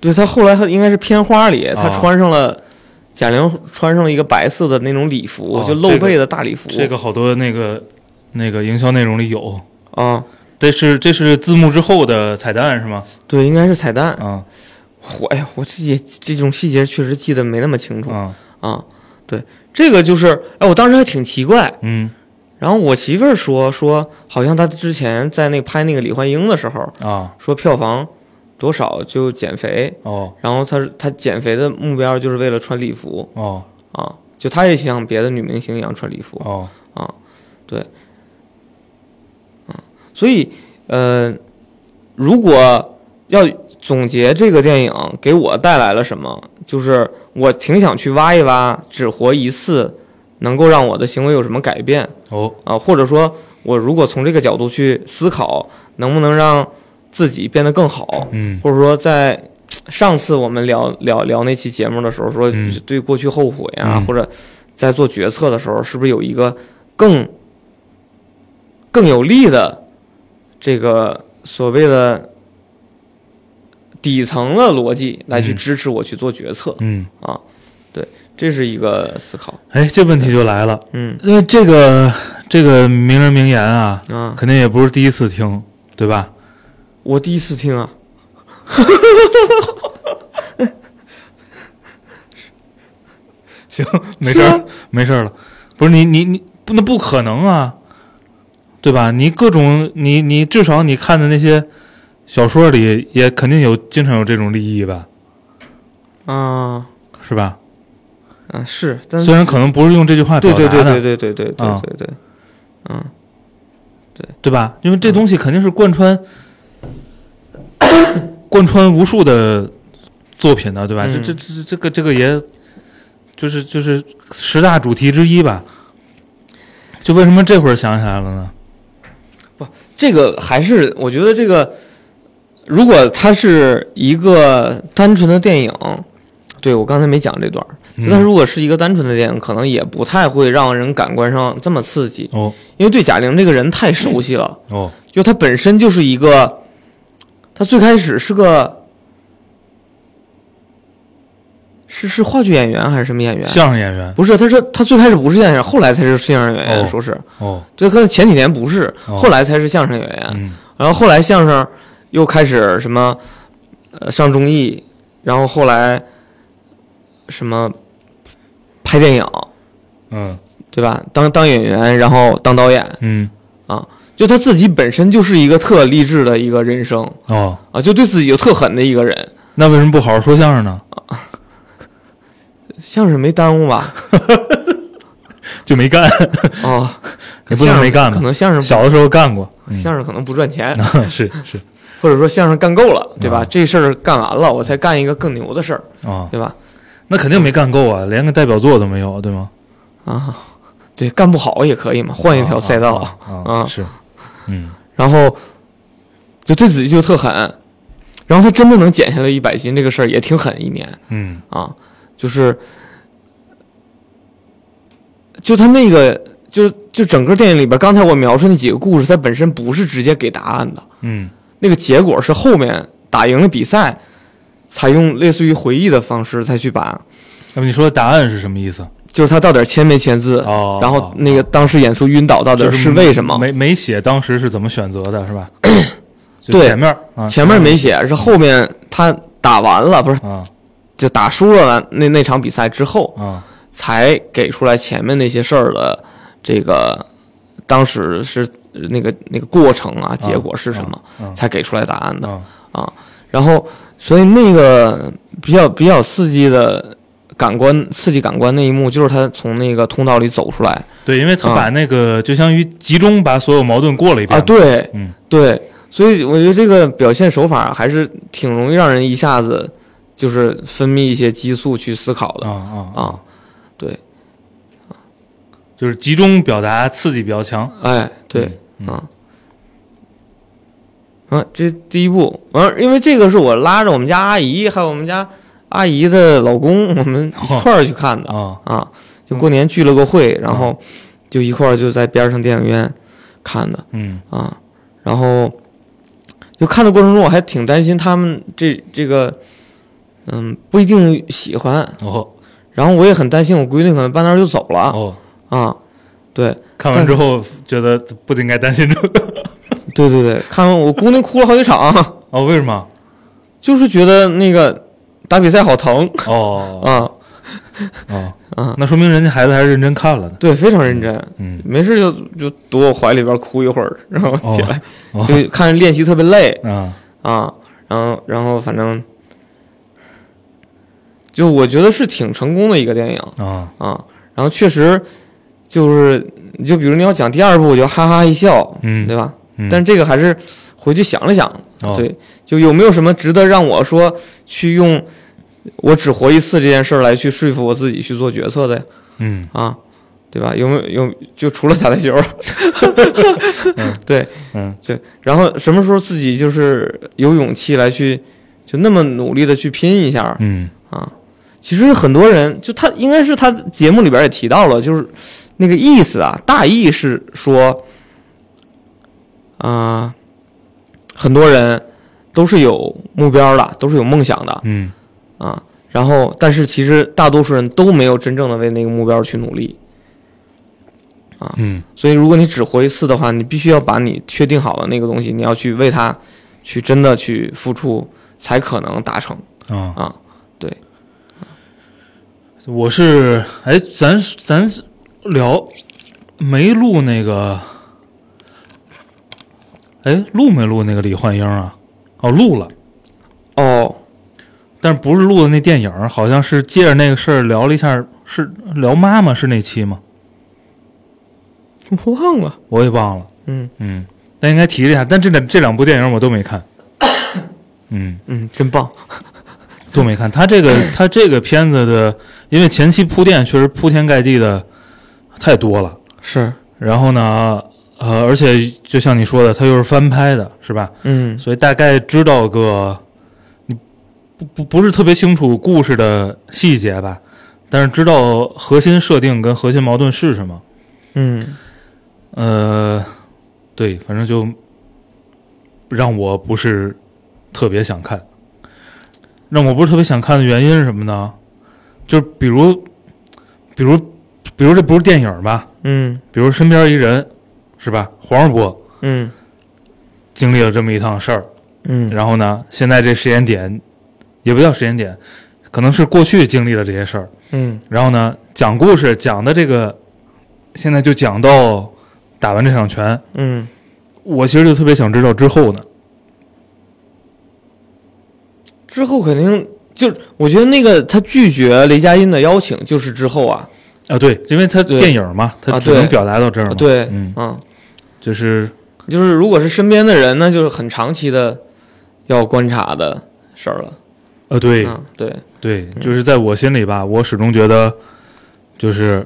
S3: 对他后来他应该是片花里，他
S4: 啊
S3: 穿上了贾玲穿上了一个白色的那种礼服，
S4: 哦
S3: 就露背的大礼服，
S4: 这个好多那个那个营销内容里有，
S3: 啊，
S4: 这是这是字幕之后的彩蛋是吗？
S3: 对，应该是彩蛋。
S4: 啊
S3: 我哎呀，我这也这种细节确实记得没那么清楚。
S4: 啊
S3: 啊，对，这个就是，哎，我当时还挺奇怪。
S4: 嗯
S3: 然后我媳妇儿说说，好像她之前在那个拍那个李焕英的时候，
S4: 啊
S3: 说票房多少就减肥，
S4: 哦
S3: 然后她她减肥的目标就是为了穿礼服
S4: 哦
S3: 啊，就她也像别的女明星一样穿礼服，
S4: 哦
S3: 对，啊，所以呃，如果要总结这个电影给我带来了什么，就是我挺想去挖一挖“只活一次”能够让我的行为有什么改变
S4: 哦
S3: 啊，或者说，我如果从这个角度去思考，能不能让自己变得更好，
S4: 嗯
S3: 或者说在。上次我们聊聊聊那期节目的时候，说
S4: 嗯
S3: 对过去后悔啊，
S4: 嗯
S3: 或者在做决策的时候，是不是有一个更更有利的这个所谓的底层的逻辑来去
S4: 嗯
S3: 支持我去做决策、
S4: 嗯，
S3: 啊？对，这是一个思考。
S4: 哎，这问题就来了，
S3: 嗯
S4: 因为这个这个名人名言啊，
S3: 啊，
S4: 肯定也不是第一次听，对吧？
S3: 我第一次听啊。
S4: 行，没事儿，啊没事儿了。不是你你你，不那不可能啊，对吧？你各种你你至少你看的那些小说里也肯定有经常有这种利益吧，
S3: 啊
S4: 是吧？
S3: 啊是，但
S4: 虽然可能不是用这句话表
S3: 对
S4: 达
S3: 对
S4: 的，
S3: 对对对对对对
S4: 啊
S3: 对对，嗯，
S4: 对吧？因为这东西肯定是贯
S3: *coughs*
S4: 穿、贯穿无数的作品的，对吧？
S3: 嗯
S4: 这这这这个这个也就是就是十大主题之一吧。就为什么这会儿想起来了呢？
S3: 这个还是我觉得这个，如果它是一个单纯的电影，对我刚才没讲这段儿，
S4: 嗯
S3: 它如果是一个单纯的电影，可能也不太会让人感官上这么刺激，
S4: 哦
S3: 因为对贾玲这个人太熟悉了，
S4: 哦，
S3: 就她本身就是一个，她最开始是个。是是话剧演员还是什么演员？
S4: 相声演员
S3: 不是，他是他最开始不是相声演员，后来才是相声演员，
S4: 哦
S3: 说是
S4: 哦，
S3: 对，可能前几年不是，
S4: 哦
S3: 后来才是相声演员，
S4: 嗯
S3: 然后后来相声又开始什么，呃，上综艺，然后后来什么拍电影，
S4: 嗯
S3: 对吧？当当演员，然后当导演
S4: 嗯
S3: 啊，就他自己本身就是一个特励志的一个人生
S4: 哦，
S3: 啊，就对自己就特狠的一个人，
S4: 那为什么不好好说相声呢？
S3: 相声没耽误
S4: *laughs*
S3: 吧？
S4: 就没干，
S3: 哦，
S4: 也不能没干吧
S3: 可能相声
S4: *laughs* 小的时候干过，嗯
S3: 相声可能不赚钱。
S4: *laughs* 是
S3: *laughs*
S4: 是
S3: 或者说相声干够了，对吧？
S4: 嗯
S3: 这事儿干完了，我才干一个更牛的事儿，
S4: 啊，
S3: 对吧？
S4: 那肯定没干够啊，连个代表作都没有，对吗？
S3: 啊，对，干不好也可以嘛，换一条赛道。
S4: 啊啊啊
S3: 啊
S4: 是，嗯
S3: 然后就对自己就特狠，然后他真的能减下来一百斤，这个事儿也挺狠一年
S4: 嗯
S3: 啊，就是就他那个。就就整个电影里边，刚才我描述那几个故事，它本身不是直接给答案的，
S4: 嗯
S3: 那个结果是后面打赢了比赛，采用类似于回忆的方式才去把
S4: 那么你说的答案是什么意思？
S3: 就是他到底签没签字，呃
S4: 哦
S3: 然后那个当时演出晕倒到底
S4: 就是
S3: 为什么？
S4: 没没写当时是怎么选择的，
S3: *coughs*
S4: 是吧？就
S3: 对
S4: 前面儿啊，
S3: 前面没写，是后面他打完了，不是
S4: 啊
S3: 就打输了那那场比赛之后，
S4: 啊
S3: 才给出来前面那些事儿的这个当时是那个那个过程啊，结果是什么，
S4: 啊
S3: 才给出来答案的
S4: 啊
S3: 啊。然后，所以那个比较比较刺激的感官刺激感官那一幕，就是他从那个通道里走出来
S4: 对，因为他
S3: 啊
S4: 把那个就相当于集中把所有矛盾过了一遍
S3: 啊，
S4: 嘛，
S3: 对，
S4: 嗯
S3: 对，所以我觉得这个表现手法还是挺容易让人一下子就是分泌一些激素去思考的
S4: 啊啊
S3: 啊，。对，
S4: 就是集中表达，刺激比较强，
S3: 哎，对，
S4: 嗯
S3: 啊。啊，这第一步完了，因为这个是我拉着我们家阿姨，还有我们家阿姨的老公，我们一块儿去看的
S4: 啊
S3: 啊。就过年聚了个会，然
S4: 哦
S3: 后就一块儿就在边上电影院看的。
S4: 嗯
S3: 啊，然后就看的过程中，我还挺担心他们这这个，嗯，不一定喜欢。
S4: 哦
S3: 然后我也很担心我闺女可能半道儿就走了
S4: 哦，
S3: 啊。对
S4: 看完之后觉得不应该担心这个
S3: 对对对，看完我姑娘哭了好几场，
S4: 哦，为什么？
S3: 就是觉得那个打比赛好疼
S4: 哦
S3: 啊， *laughs*
S4: 哦哦，那说明人家孩子还是认真看了的，
S3: 对，非常认真。
S4: 嗯
S3: 没事就就躲我怀里边哭一会儿， *laughs* 然后起来，
S4: 哦
S3: 就看着练习特别累，
S4: 啊
S3: 啊，然后然后反正，就我觉得是挺成功的一个电影
S4: 啊
S3: 啊。然后确实就是，就比如你要讲第二部，我就哈哈一笑，
S4: 嗯
S3: 对吧？
S4: 嗯
S3: 但是这个还是回去想了想，
S4: 哦
S3: 对，就有没有什么值得让我说去用我只活一次这件事儿来去说服我自己去做决策的呀？
S4: 嗯
S3: 啊，对吧？有没有有就除了打台球， *laughs* 对，
S4: 嗯
S3: 对，然后什么时候自己就是有勇气来去就那么努力的去拼一下
S4: 嗯
S3: 啊？其实很多人就他应该是他节目里边也提到了，就是那个意思啊，大意是说，啊、很多人都是有目标的，都是有梦想的
S4: 嗯
S3: 啊。然后，但是其实大多数人都没有真正的为那个目标去努力。
S4: 嗯
S3: 所以，如果你只活一次的话，你必须要把你确定好的那个东西，你要去为它去真的去付出，才可能达成
S4: 啊。
S3: 啊。对，
S4: 我是哎，咱咱聊没录那个，哎，录没录那个李焕英啊？哦，录了，
S3: 哦，
S4: 但是不是录的那电影儿，好像是借着那个事儿聊了一下，是聊妈妈是那期吗？
S3: 我忘了，
S4: 我也忘了，
S3: 嗯
S4: 嗯，但应该提了一下。但这两这两部电影我都没看，嗯，
S3: 嗯，真棒，
S4: 都没看。他这个他这个片子的，因为前期铺垫确实铺天盖地的太多了。
S3: 是，
S4: 然后呢，呃，而且就像你说的，它又是翻拍的，是吧？
S3: 嗯
S4: 所以大概知道个，你不不不是特别清楚故事的细节吧，但是知道核心设定跟核心矛盾是什么。
S3: 嗯
S4: 呃，对，反正就让我不是特别想看。让我不是特别想看的原因是什么呢？就是比如，比如，比如这不是电影吧？
S3: 嗯
S4: 比如身边一人是吧？黄世波
S3: 嗯
S4: 经历了这么一趟事儿，
S3: 嗯
S4: 然后呢，现在这时间点也不叫时间点，可能是过去经历了这些事儿，
S3: 嗯
S4: 然后呢，讲故事讲的这个，现在就讲到打完这场拳，
S3: 嗯，
S4: 我其实就特别想知道之后呢。
S3: 之后肯定就是，我觉得那个他拒绝雷佳音的邀请，就是之后啊，
S4: 啊，对，因为它
S3: 对
S4: 电影嘛，它
S3: 啊
S4: 只能
S3: 对
S4: 表达到这儿嘛。
S3: 啊对，
S4: 嗯，
S3: 嗯，
S4: 就是
S3: 就是如果是身边的人，那就是很长期的要观察的事儿了。
S4: 呃，对
S3: 嗯，对，
S4: 对，就是在我心里吧，我始终觉得，就是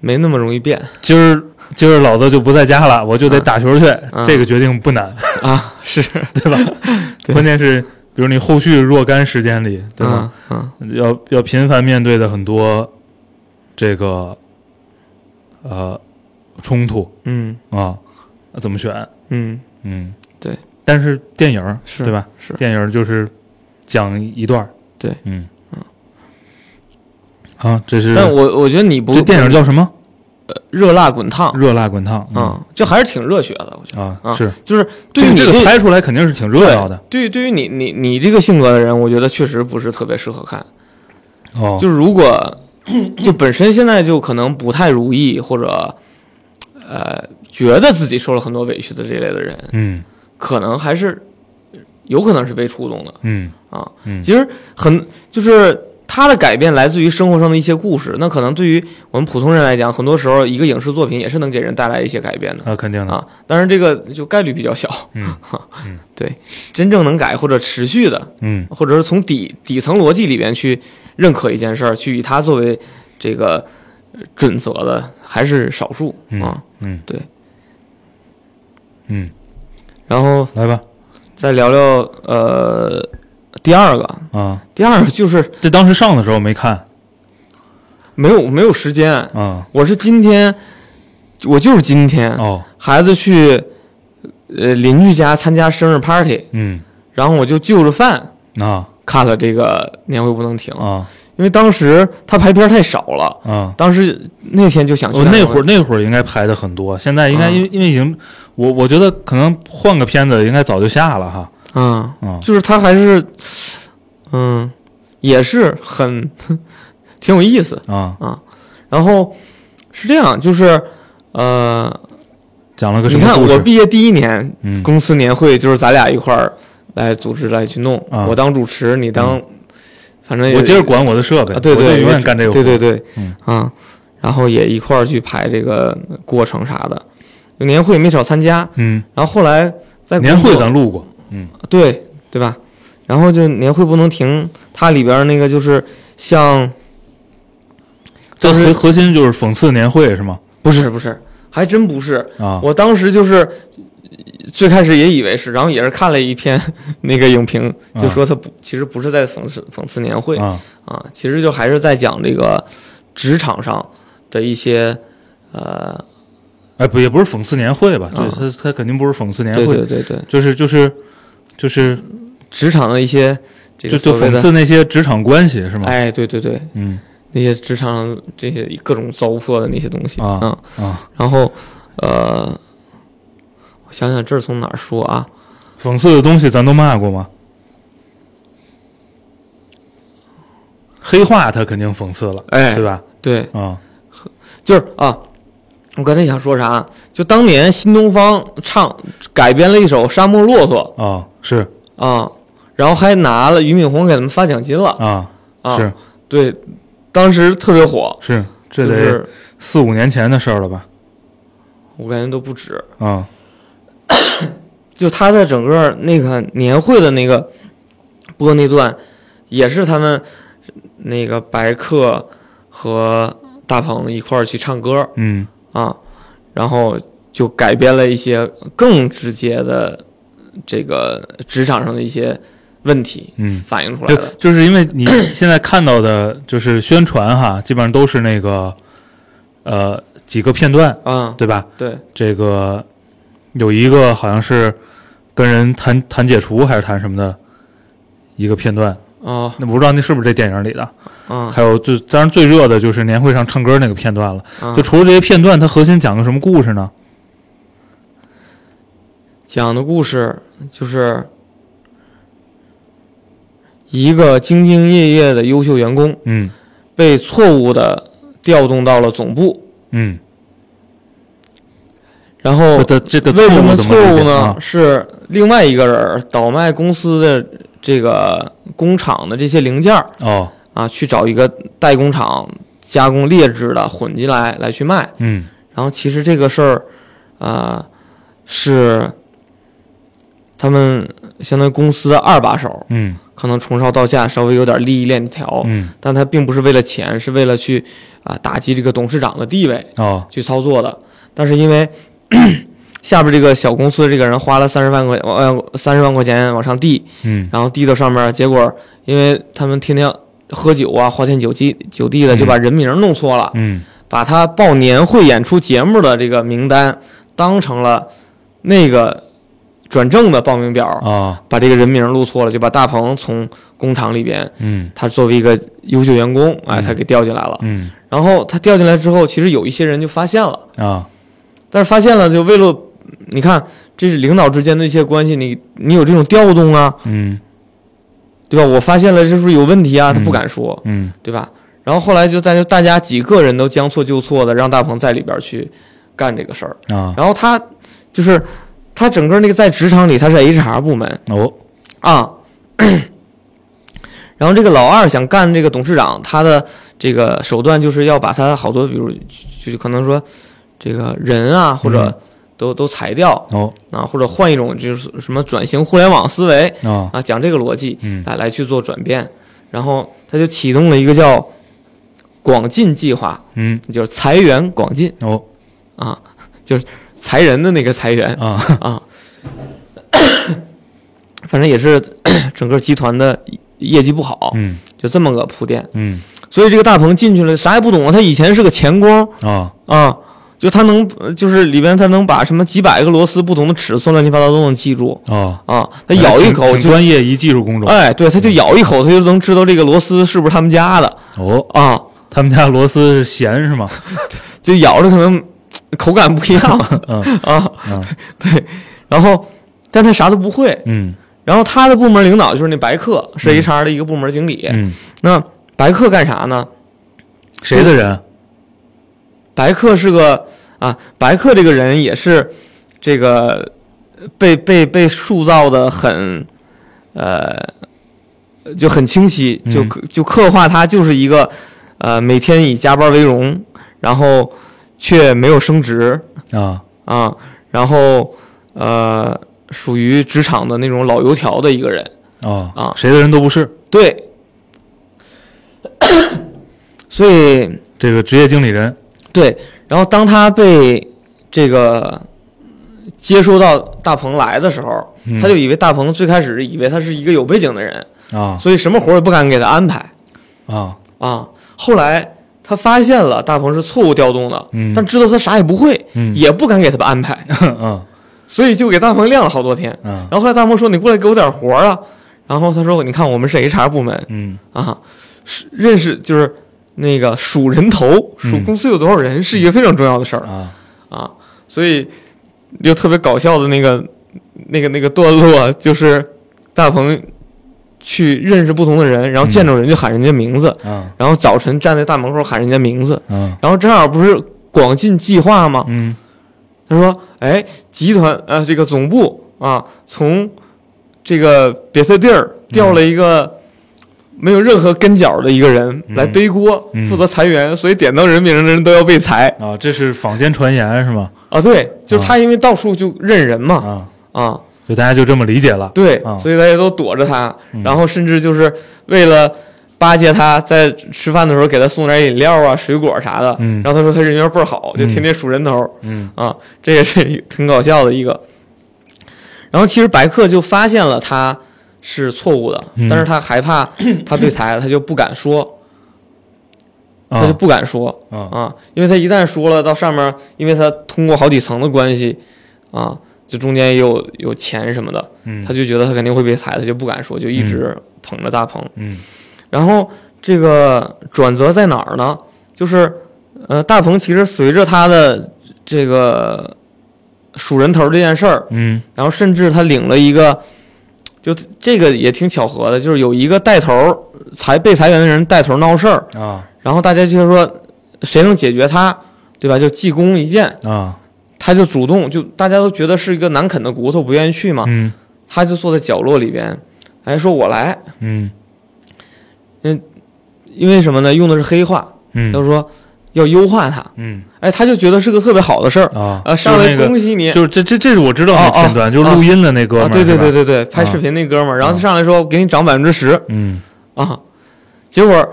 S3: 没那么容易变
S4: 今儿今儿老子就不在家了，我就得打球去。
S3: 嗯
S4: 这个决定不难，
S3: 啊，是，
S4: 对吧？
S3: *laughs* 对
S4: 关键是，比如你后续若干时间里，对吧？
S3: 嗯嗯
S4: 要要频繁面对的很多这个呃冲突
S3: 嗯
S4: 啊，怎么选？
S3: 嗯，
S4: 嗯，
S3: 对。
S4: 但是电影儿
S3: 是
S4: 对吧？
S3: 是，
S4: 电影就是讲一段儿
S3: 对，
S4: 嗯嗯，啊，这是
S3: 但我我觉得你不
S4: 这电影叫什么？
S3: 热辣滚烫，
S4: 热辣滚烫，
S3: 嗯，就还是挺热血的，我觉得，
S4: 啊
S3: 啊
S4: 是
S3: 就是对于
S4: 这
S3: 你
S4: 这个拍出来肯定是挺热闹的
S3: 对于对于你你你这个性格的人，我觉得确实不是特别适合看。
S4: 哦，
S3: 就如果就本身现在就可能不太如意，或者呃觉得自己受了很多委屈的这类的人，
S4: 嗯
S3: 可能还是有可能是被触动的
S4: 嗯
S3: 啊。
S4: 嗯
S3: 其实很就是他的改变来自于生活上的一些故事，那可能对于我们普通人来讲，很多时候一个影视作品也是能给人带来一些改变的。
S4: 啊，肯定的，
S3: 啊，当然这个就概率比较小，
S4: 嗯
S3: *laughs* 对，真正能改或者持续的，
S4: 嗯
S3: 或者是从底底层逻辑里边去认可一件事儿，去以它作为这个呃准则的，还是少数
S4: 嗯
S3: 啊。
S4: 嗯
S3: 对，
S4: 嗯，
S3: 然后
S4: 来吧
S3: 再聊聊呃第二个，
S4: 啊，
S3: 第二个就是
S4: 这当时上的时候没看
S3: 没有没有时间，
S4: 啊，
S3: 我是今天，我就是今天，
S4: 哦，
S3: 孩子去呃邻居家参加生日 party，
S4: 嗯
S3: 然后我就就着饭
S4: 啊
S3: 看了这个年会不能停，
S4: 啊
S3: 因为当时他排片太少了。
S4: 啊。
S3: 当时那天就想去
S4: 我
S3: 看
S4: 哦那
S3: 年
S4: 会儿那会儿应该排的很多，现在应该
S3: 嗯
S4: 因为因为已经，我我觉得可能换个片子应该早就下了哈，
S3: 嗯，
S4: 啊
S3: 就是他还是，嗯，也是很 *laughs* 挺有意思。
S4: 啊，
S3: 然后是这样，就是呃，
S4: 讲了个什
S3: 你
S4: 么
S3: 看
S4: 故事？
S3: 我毕业第一年，
S4: 嗯
S3: 公司年会就是咱俩一块儿来组织来去弄，
S4: 啊嗯
S3: 我当主持，你当，反正也
S4: 我接着管我的设备，
S3: 啊，对
S4: 我就
S3: 对，
S4: 永远
S3: 也
S4: 干这个活。
S3: 对对对，
S4: 嗯
S3: 啊，然后也一块儿去排这个过程啥的，年会没少参加。
S4: 嗯，
S3: 然后后来在
S4: 年
S3: 工
S4: 会
S3: 作
S4: 咱录过，嗯
S3: 对对吧？然后就年会不能停，它里边儿那个就是像，
S4: 这
S3: 就是
S4: 核核心就是讽刺年会是吗？
S3: 不是不是，还真不是。
S4: 啊，
S3: 我当时就是最开始也以为是，然后也是看了一篇那个影评，就说他不，其实不是在讽刺讽刺年会
S4: 啊
S3: 啊，其实就还是在讲这个职场上的一些呃，
S4: 哎不也不是讽刺年会吧？对，
S3: 啊
S4: 他他肯定不是讽刺年
S3: 对
S4: 会
S3: 对，对对，
S4: 就是就是就是
S3: 职场的一些这
S4: 就
S3: 个
S4: 就
S3: 所谓
S4: 讽
S3: 的，
S4: 刺那些职场关系是吗？
S3: 哎，对对对，
S4: 嗯
S3: 那些职场上这些各种糟粕的那些东西
S4: 啊
S3: 嗯
S4: 啊，
S3: 然后，呃，我想想这是从哪儿说啊？
S4: 讽刺的东西咱都骂过吗？黑化他肯定讽刺了，
S3: 哎
S4: 对吧？
S3: 对，
S4: 啊
S3: 就是啊，我刚才想说啥？啊就当年新东方唱改编了一首《沙漠骆驼
S4: 啊是》
S3: 啊，然后还拿了俞敏洪给他们发奖金了
S4: 啊
S3: 啊。
S4: 是
S3: 对，当时特别火，
S4: 是，这
S3: 就
S4: 得
S3: 是
S4: 四五年前的事儿了吧？
S3: 我感觉都不止。
S4: 啊
S3: 就他在整个那个年会的那个播那段，也是他们那个白客和大鹏一块儿去唱歌，
S4: 嗯
S3: 啊，然后就改编了一些更直接的这个职场上的一些问题
S4: 嗯
S3: 反映出来
S4: 就
S3: 的。
S4: 就是因为
S3: *coughs*
S4: 你现在看到的，就是宣传哈，基本上都是那个，呃，几个片段，
S3: 嗯，
S4: 对吧？
S3: 对，
S4: 这个有一个好像是跟人谈谈解除还是谈什么的一个片段，
S3: 哦，
S4: 那不知道那是不是这电影里的？
S3: 嗯，
S4: 还有最当然最热的就是年会上唱歌那个片段了。
S3: 嗯
S4: 就除了这些片段，它核心讲个什么故事呢？
S3: 讲的故事就是一个兢兢业业的优秀员工
S4: 嗯
S3: 被错误的调动到了总部，
S4: 嗯，
S3: 然后
S4: 它的这个
S3: 哦为什
S4: 么
S3: 么
S4: 怎
S3: 错
S4: 理解
S3: 误呢
S4: 啊？？
S3: 是另外一个人儿倒卖公司的这个工厂的这些零件儿
S4: 哦，
S3: 啊，去找一个代工厂加工劣质的混进来来去卖。
S4: 嗯
S3: 然后其实这个事儿，啊、是他们相当于公司的二把手，
S4: 嗯
S3: 可能从上到下稍微有点利益链条，
S4: 嗯
S3: 但他并不是为了钱，是为了去啊、打击这个董事长的地位
S4: 哦
S3: 去操作的。但是因为 *clears throat* 下边这个小公司这个人花了三十万块呃三十万块钱往上递，
S4: 嗯
S3: 然后递到上面，结果因为他们天天喝酒啊，花天酒地酒地的，就把人名弄错了。
S4: 嗯
S3: 把他报年会演出节目的这个名单当成了那个转正的报名表，
S4: 啊
S3: 把这个人名录错了，就把大鹏从工厂里边，
S4: 嗯
S3: 他作为一个优秀员工，哎，
S4: 嗯
S3: 才给调进来了。
S4: 嗯
S3: 然后他调进来之后，其实有一些人就发现了，
S4: 啊
S3: 但是发现了就为了，你看这是领导之间的一些关系，你你有这种调动啊，
S4: 嗯
S3: 对吧？我发现了这是不是有问题啊？他不
S4: 嗯
S3: 敢说，
S4: 嗯
S3: 对吧？然后后来就大家大家几个人都将错就错的，让大鹏在里边去干这个事儿。
S4: 啊
S3: 然后他就是他整个那个在职场里他是 HR 部门
S4: 哦
S3: 啊， *clears throat* 然后这个老二想干这个董事长，他的这个手段就是要把他好多，比如就就可能说这个人啊，或者
S4: 嗯
S3: 都、都裁掉
S4: 哦
S3: 啊，或者换一种就是什么转型互联网思维
S4: 啊
S3: 啊，讲这个逻辑
S4: 嗯
S3: 来来去做转变，然后他就启动了一个叫广进计划，
S4: 嗯
S3: 就是裁员广进
S4: 哦
S3: 啊，就是裁人的那个裁员。
S4: 啊
S3: 啊，反正也是 *coughs* 整个集团的业绩不好，
S4: 嗯
S3: 就这么个铺垫。
S4: 嗯
S3: 所以这个大鹏进去了，啥也不懂啊。他以前是个钳工
S4: 啊
S3: 啊，就他能，呃就是里边他能把什么几百个螺丝不同的尺寸乱七八糟都能记住
S4: 啊，哎
S3: 啊。他咬一口
S4: 挺
S3: 就，
S4: 专业一技术工种
S3: 哎，对，他就咬一口，他就能知道这个螺丝是不是他们家的
S4: 哦。
S3: 啊。
S4: 他们家螺丝是咸是吗？
S3: 就咬着可能口感不一样 *laughs* 啊
S4: *laughs* 嗯，
S3: 对。然后，但他啥都不会，
S4: 嗯
S3: 然后他的部门领导就是那白客，是 HR 的一个部门经理。
S4: 嗯，
S3: 那白客干啥呢？
S4: 谁的人？
S3: 白客是个啊，白客这个人也是这个呃被被被塑造的很呃就很清晰，就
S4: 嗯
S3: 刻就刻画他就是一个呃每天以加班为荣，然后却没有升职
S4: 啊
S3: 啊，然后呃属于职场的那种老油条的一个人。
S4: 啊
S3: 啊
S4: 谁的人都不是。
S3: 对， *coughs* 所以
S4: 这个职业经理人，
S3: 对，然后当他被这个接收到大鹏来的时候，
S4: 嗯
S3: 他就以为大鹏最开始以为他是一个有背景的人，
S4: 啊
S3: 所以什么活儿也不敢给他安排
S4: 啊
S3: 啊。后来他发现了大鹏是错误调动的，
S4: 嗯
S3: 但知道他啥也不会，
S4: 嗯
S3: 也不敢给他安
S4: *laughs*
S3: 排，
S4: 嗯
S3: 所以就给大鹏晾了好多天。
S4: 嗯
S3: 然后后来大鹏说：“你过来给我点活儿啊。”然后他说：“你看，我们是 HR 部门，
S4: 嗯
S3: 啊，是认识就是那个数人头，数
S4: 嗯
S3: 公司有多少人，是一个非常重要的事儿
S4: 啊
S3: 啊。所以又特别搞笑的那个那个那个段落，啊就是大鹏去认识不同的人，然后见着人就喊人家名字，
S4: 啊
S3: 然后早晨站在大门口喊人家名字，
S4: 嗯
S3: 然后正好不是广进计划吗？
S4: 嗯
S3: 他说：“哎，集团呃，这个总部啊，从这个别的地儿调了一个没有任何跟脚的一个人来背锅，
S4: 嗯
S3: 负责裁员，所以点到人名的人都要被裁
S4: 啊，这是坊间传言是吗？
S3: 啊。对，就是他因为到处就认人嘛
S4: 啊，
S3: 啊，
S4: 就大家就这么理解了。
S3: 对，
S4: 啊嗯
S3: 所以大家都躲着他，然后甚至就是为了。”巴结他，在吃饭的时候给他送点饮料啊、水果啥的，
S4: 嗯
S3: 然后他说他人缘倍儿好，就
S4: 嗯
S3: 天天数人头，
S4: 嗯
S3: 啊，这也是一个挺搞笑的一个。然后其实白客就发现了他是错误的
S4: 嗯，
S3: 但是他害
S4: *clears throat*
S3: 怕他被裁，他就不敢说，他就
S4: 啊
S3: 不敢说
S4: 啊
S3: 啊，因为他一旦说了，到上面，因为他通过好几层的关系啊，就中间也有有钱什么的，
S4: 嗯
S3: 他就觉得他肯定会被裁，他就不敢说，就一直捧着大鹏。
S4: 嗯
S3: 然后这个转折在哪儿呢？就是呃，大鹏其实随着他的这个数人头这件事儿，
S4: 嗯
S3: 然后甚至他领了一个，就这个也挺巧合的，就是有一个带头儿裁被裁员的人带头闹事儿，
S4: 啊
S3: 然后大家就说谁能解决他，对吧？就济公一剑，
S4: 啊
S3: 他就主动就大家都觉得是一个难啃的骨头，不愿意去嘛，
S4: 嗯
S3: 他就坐在角落里边，哎，说我来，
S4: 嗯
S3: 因为什么呢？用的是黑话，
S4: 嗯
S3: 要说要优化它，
S4: 嗯
S3: 哎，他就觉得是个特别好的事儿
S4: 啊
S3: 啊，上来恭喜你
S4: 就是这这这是我知道那
S3: 哦哦
S4: 片段，就是录音的那哥们
S3: 啊，
S4: 儿，
S3: 对对
S4: 是吧
S3: 对，对对，拍视频那哥们儿，然后他上来说我给你涨百分之十
S4: 嗯
S3: 啊，结果，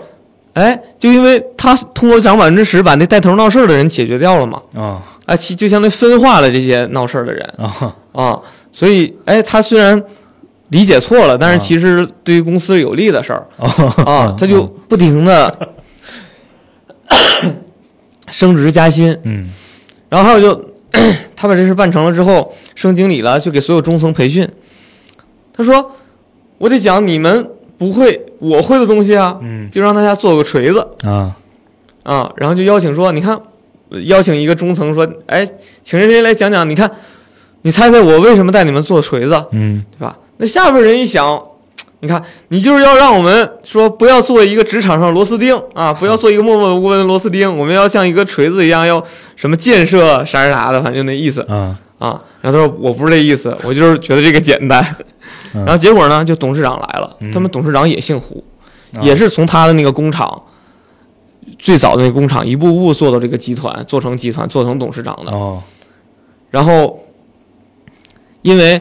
S3: 哎，就因为他通过涨百分之十把那带头闹事儿的人解决掉了嘛，
S4: 啊
S3: 啊，其就相当于分化了这些闹事儿的人
S4: 啊
S3: 啊，所以，哎，他虽然理解错了，但
S4: 啊
S3: 是其实对于公司是有利的事儿，啊
S4: *laughs* 啊，
S3: 他就不停的 *coughs* 升职加薪，
S4: 嗯
S3: 然后还有就他把这事办成了之后，升经理了，就给所有中层培训。他说：“我得讲你们不会我会的东西啊，
S4: 嗯
S3: 就让大家做个锤子
S4: 啊
S3: 啊。”然后就邀请说：“你看，邀请一个中层说，哎，请谁谁来讲讲，你看，你猜猜我为什么带你们做锤子？”啊
S4: 嗯
S3: 对吧？那下边人一想，你看，你就是要让我们说不要做一个职场上螺丝钉啊，不要做一个默默无闻的螺丝钉，我们要像一个锤子一样，要什么建设啥啥啥的，反正就那意思
S4: 啊
S3: 啊。然后他说我不是这意思，我就是觉得这个简单。
S4: 嗯
S3: 然后结果呢，就董事长来了
S4: 嗯，
S3: 他们董事长也姓胡，
S4: 啊
S3: 也是从他的那个工厂。最早的那个工厂一步步做到这个集团，做成集团，做成董事长的。
S4: 哦
S3: 然后，因为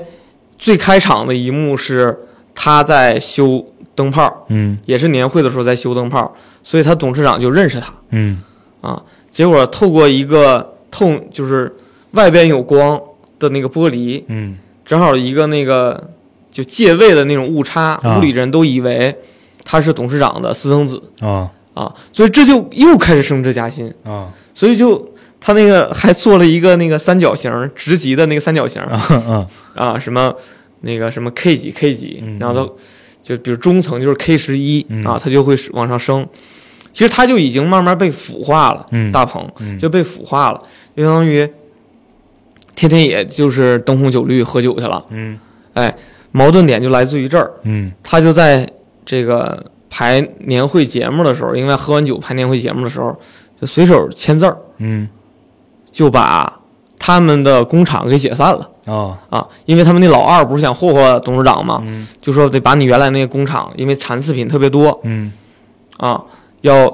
S3: 最开场的一幕是他在修灯泡，
S4: 嗯
S3: 也是年会的时候在修灯泡，所以他董事长就认识他
S4: 嗯
S3: 啊。结果透过一个透，就是外边有光的那个玻璃，
S4: 嗯
S3: 正好一个那个就借位的那种误差，
S4: 啊
S3: 屋里人都以为他是董事长的私生子
S4: 啊
S3: 啊，所以这就又开始升职加薪，
S4: 啊
S3: 所以就。他那个还做了一个那个三角形直级的那个三角形，
S4: 啊啊
S3: 啊，什么那个什么 K 几 K 几
S4: 嗯，
S3: 然后它就比如中层就是 K 十一
S4: 嗯
S3: 啊，它就会往上升。其实它就已经慢慢被腐化了，
S4: 嗯
S3: 大鹏
S4: 嗯
S3: 就被腐化了，就相当于天天也就是灯红酒绿喝酒去了。哎
S4: 嗯
S3: 矛盾点就来自于这儿，
S4: 嗯
S3: 他就在这个排年会节目的时候，因为喝完酒排年会节目的时候，就随手签字儿，
S4: 嗯
S3: 就把他们的工厂给解散了。
S4: 啊
S3: 啊，因为他们那老二不是想霍霍董事长嘛，
S4: 嗯
S3: 就说得把你原来那个工厂，因为残次品特别多
S4: 嗯
S3: 啊，要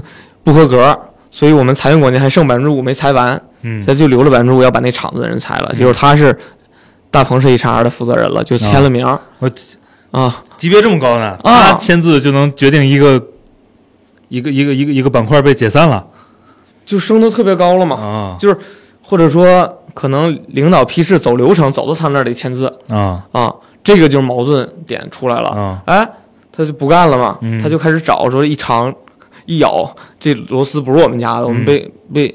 S3: *laughs* 不合格，所以我们裁员管家还剩百分之五没裁完，
S4: 嗯
S3: 他就留了百分之五要把那厂子的人裁了。结果他是大鹏是 HR 的负责人了，就签了名儿
S4: 我
S3: 啊
S4: 级别这么高呢，
S3: 啊
S4: 他签字就能决定一个一个一个一个一个板块被解散了
S3: 就升都特别高了嘛，
S4: 啊
S3: 就是或者说可能领导批示走流程，早都他那儿得签字
S4: 啊
S3: 啊，这个就是矛盾点出来了。
S4: 啊
S3: 哎，他就不干了嘛，
S4: 嗯
S3: 他就开始找，说一尝一咬，这螺丝不是我们家的，我们被、被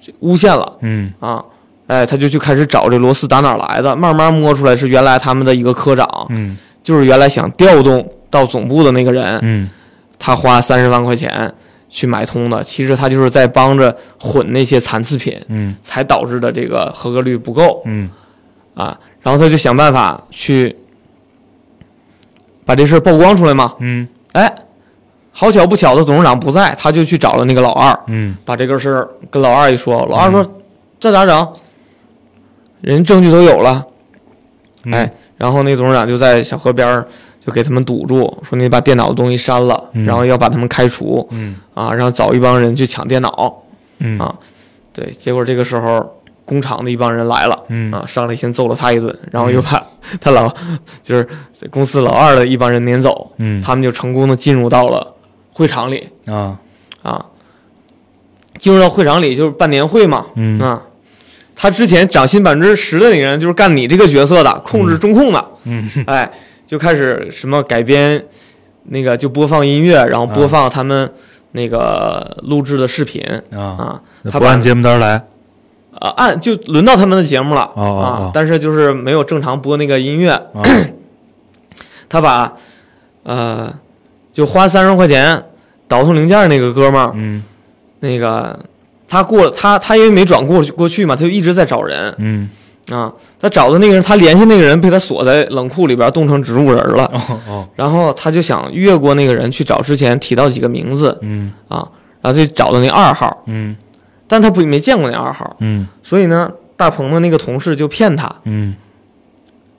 S3: 这诬陷了
S4: 嗯
S3: 啊！哎，他就去开始找这螺丝打哪儿来的，慢慢摸出来是原来他们的一个科长，
S4: 嗯
S3: 就是原来想调动到总部的那个人，
S4: 嗯
S3: 他花三十万块钱去买通的，其实他就是在帮着混那些残次品，
S4: 嗯
S3: 才导致的这个合格率不够
S4: 嗯
S3: 啊。然后他就想办法去把这事儿曝光出来嘛，
S4: 嗯
S3: 哎，好巧不巧的，董事长不在，他就去找了那个老二，
S4: 嗯
S3: 把这个事儿跟老二一说，老二说、这咋整？人证据都有了，
S4: 嗯
S3: 哎，然后那董事长就在小河边儿就给他们堵住，说你把电脑的东西删了，
S4: 嗯
S3: 然后要把他们开除
S4: 嗯
S3: 啊，然后找一帮人去抢电脑。
S4: 嗯
S3: 啊对，结果这个时候工厂的一帮人来了。
S4: 嗯
S3: 啊，上来先揍了他一顿，然后又把 *laughs* 他老就是公司老二的一帮人撵走，
S4: 嗯
S3: 他们就成功的进入到了会场里，
S4: 啊
S3: 啊，进入到会场里就是办年会嘛，
S4: 嗯
S3: 啊，他之前涨薪百分之十的那个人就是干你这个角色的，控制中控的，
S4: 嗯
S3: 哎，就开始什么改编，那个就播放音乐，然后播放他们那个录制的视频
S4: 啊，
S3: 啊
S4: 那
S3: 他
S4: 不
S3: 把
S4: 按节目
S3: *clears throat*
S4: 单来，
S3: 啊，按就轮到他们的节目了
S4: 哦哦哦
S3: 啊，但是就是没有正常播那个音乐，
S4: 啊
S3: 他把呃就花三十块钱倒腾零件那个哥们儿，
S4: 嗯
S3: 那个他过他他因为没转过去过去嘛，他就一直在找人
S4: 嗯，
S3: 啊，他找的那个人，他联系那个人被他锁在冷库里边，冻成植物人了。
S4: 哦哦，
S3: 然后他就想越过那个人去找之前提到几个名字
S4: 嗯
S3: 啊，然后就找到那二号，
S4: 嗯
S3: 但他不没见过那二号，
S4: 嗯
S3: 所以呢，大鹏的那个同事就骗他
S4: 嗯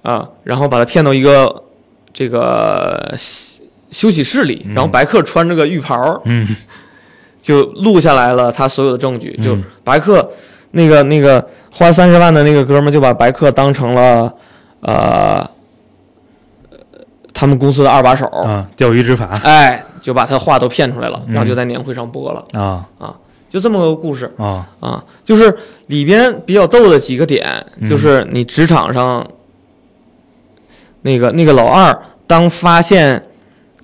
S3: 啊，然后把他骗到一个这个休休息室里，然后白客穿着个浴袍
S4: 嗯
S3: 就录下来了他所有的证据，就
S4: 嗯
S3: 白客那个那个花三十万的那个哥们儿就把白客当成了呃他们公司的二把手。
S4: 啊，钓鱼执法
S3: 哎，就把他话都骗出来了，
S4: 嗯
S3: 然后就在年会上播了，
S4: 啊
S3: 就这么个故事
S4: 啊，
S3: 啊。就是里边比较逗的几个点，
S4: 嗯
S3: 就是你职场上那个那个老二，当发现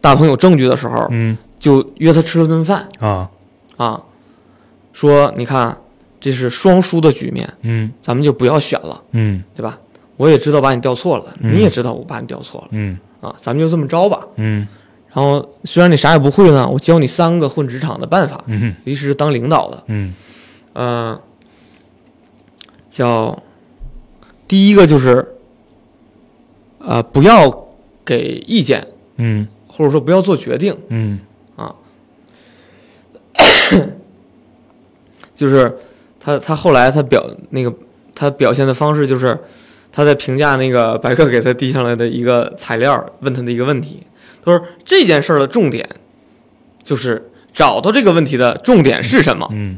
S3: 大鹏有证据的时候，
S4: 嗯
S3: 就约他吃了顿饭
S4: 啊
S3: 啊，说你看这是双输的局面，
S4: 嗯
S3: 咱们就不要选了，
S4: 嗯
S3: 对吧？我也知道把你调错了，
S4: 嗯
S3: 你也知道我把你调错了
S4: 嗯
S3: 啊，咱们就这么着吧。
S4: 嗯
S3: 然后虽然你啥也不会呢，我教你三个混职场的办法。
S4: 嗯
S3: 尤其是当领导的，
S4: 嗯
S3: 嗯、叫第一个就是，呃，不要给意见，
S4: 嗯
S3: 或者说不要做决定，
S4: 嗯
S3: 就是他他后来他表那个他表现的方式就是他在评价那个白客给他递上来的一个材料，问他的一个问题，他说这件事儿的重点就是找到这个问题的重点是什么。
S4: 嗯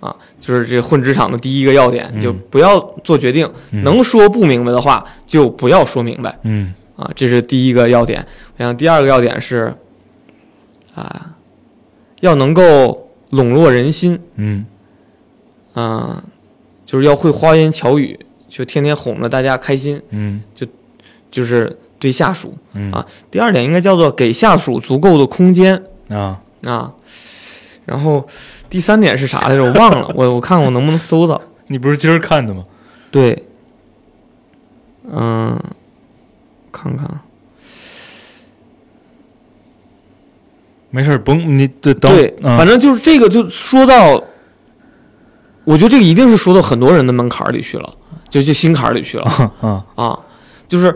S3: 啊，就是这混职场的第一个要点，
S4: 嗯
S3: 就不要做决定，
S4: 嗯
S3: 能说不明白的话就不要说明白
S4: 嗯
S3: 啊，这是第一个要点。我想第二个要点是，啊，要能够笼络人心，
S4: 嗯
S3: 嗯、就是要会花言巧语，就天天哄着大家开心，
S4: 嗯
S3: 就是对下属。
S4: 嗯
S3: 第二点应该叫做给下属足够的空间
S4: 啊
S3: 啊。然后第三点是啥来着？我忘了，我我看我能不能搜到。
S4: 你不是今儿看的吗？
S3: 对，嗯，看看，
S4: 没事儿，甭你对等，
S3: 对，
S4: 嗯
S3: 反正就是这个，就说到，我觉得这个一定是说到很多人的门槛儿里去了，就就心坎儿里去
S4: *laughs*
S3: 了
S4: 啊
S3: 啊，就是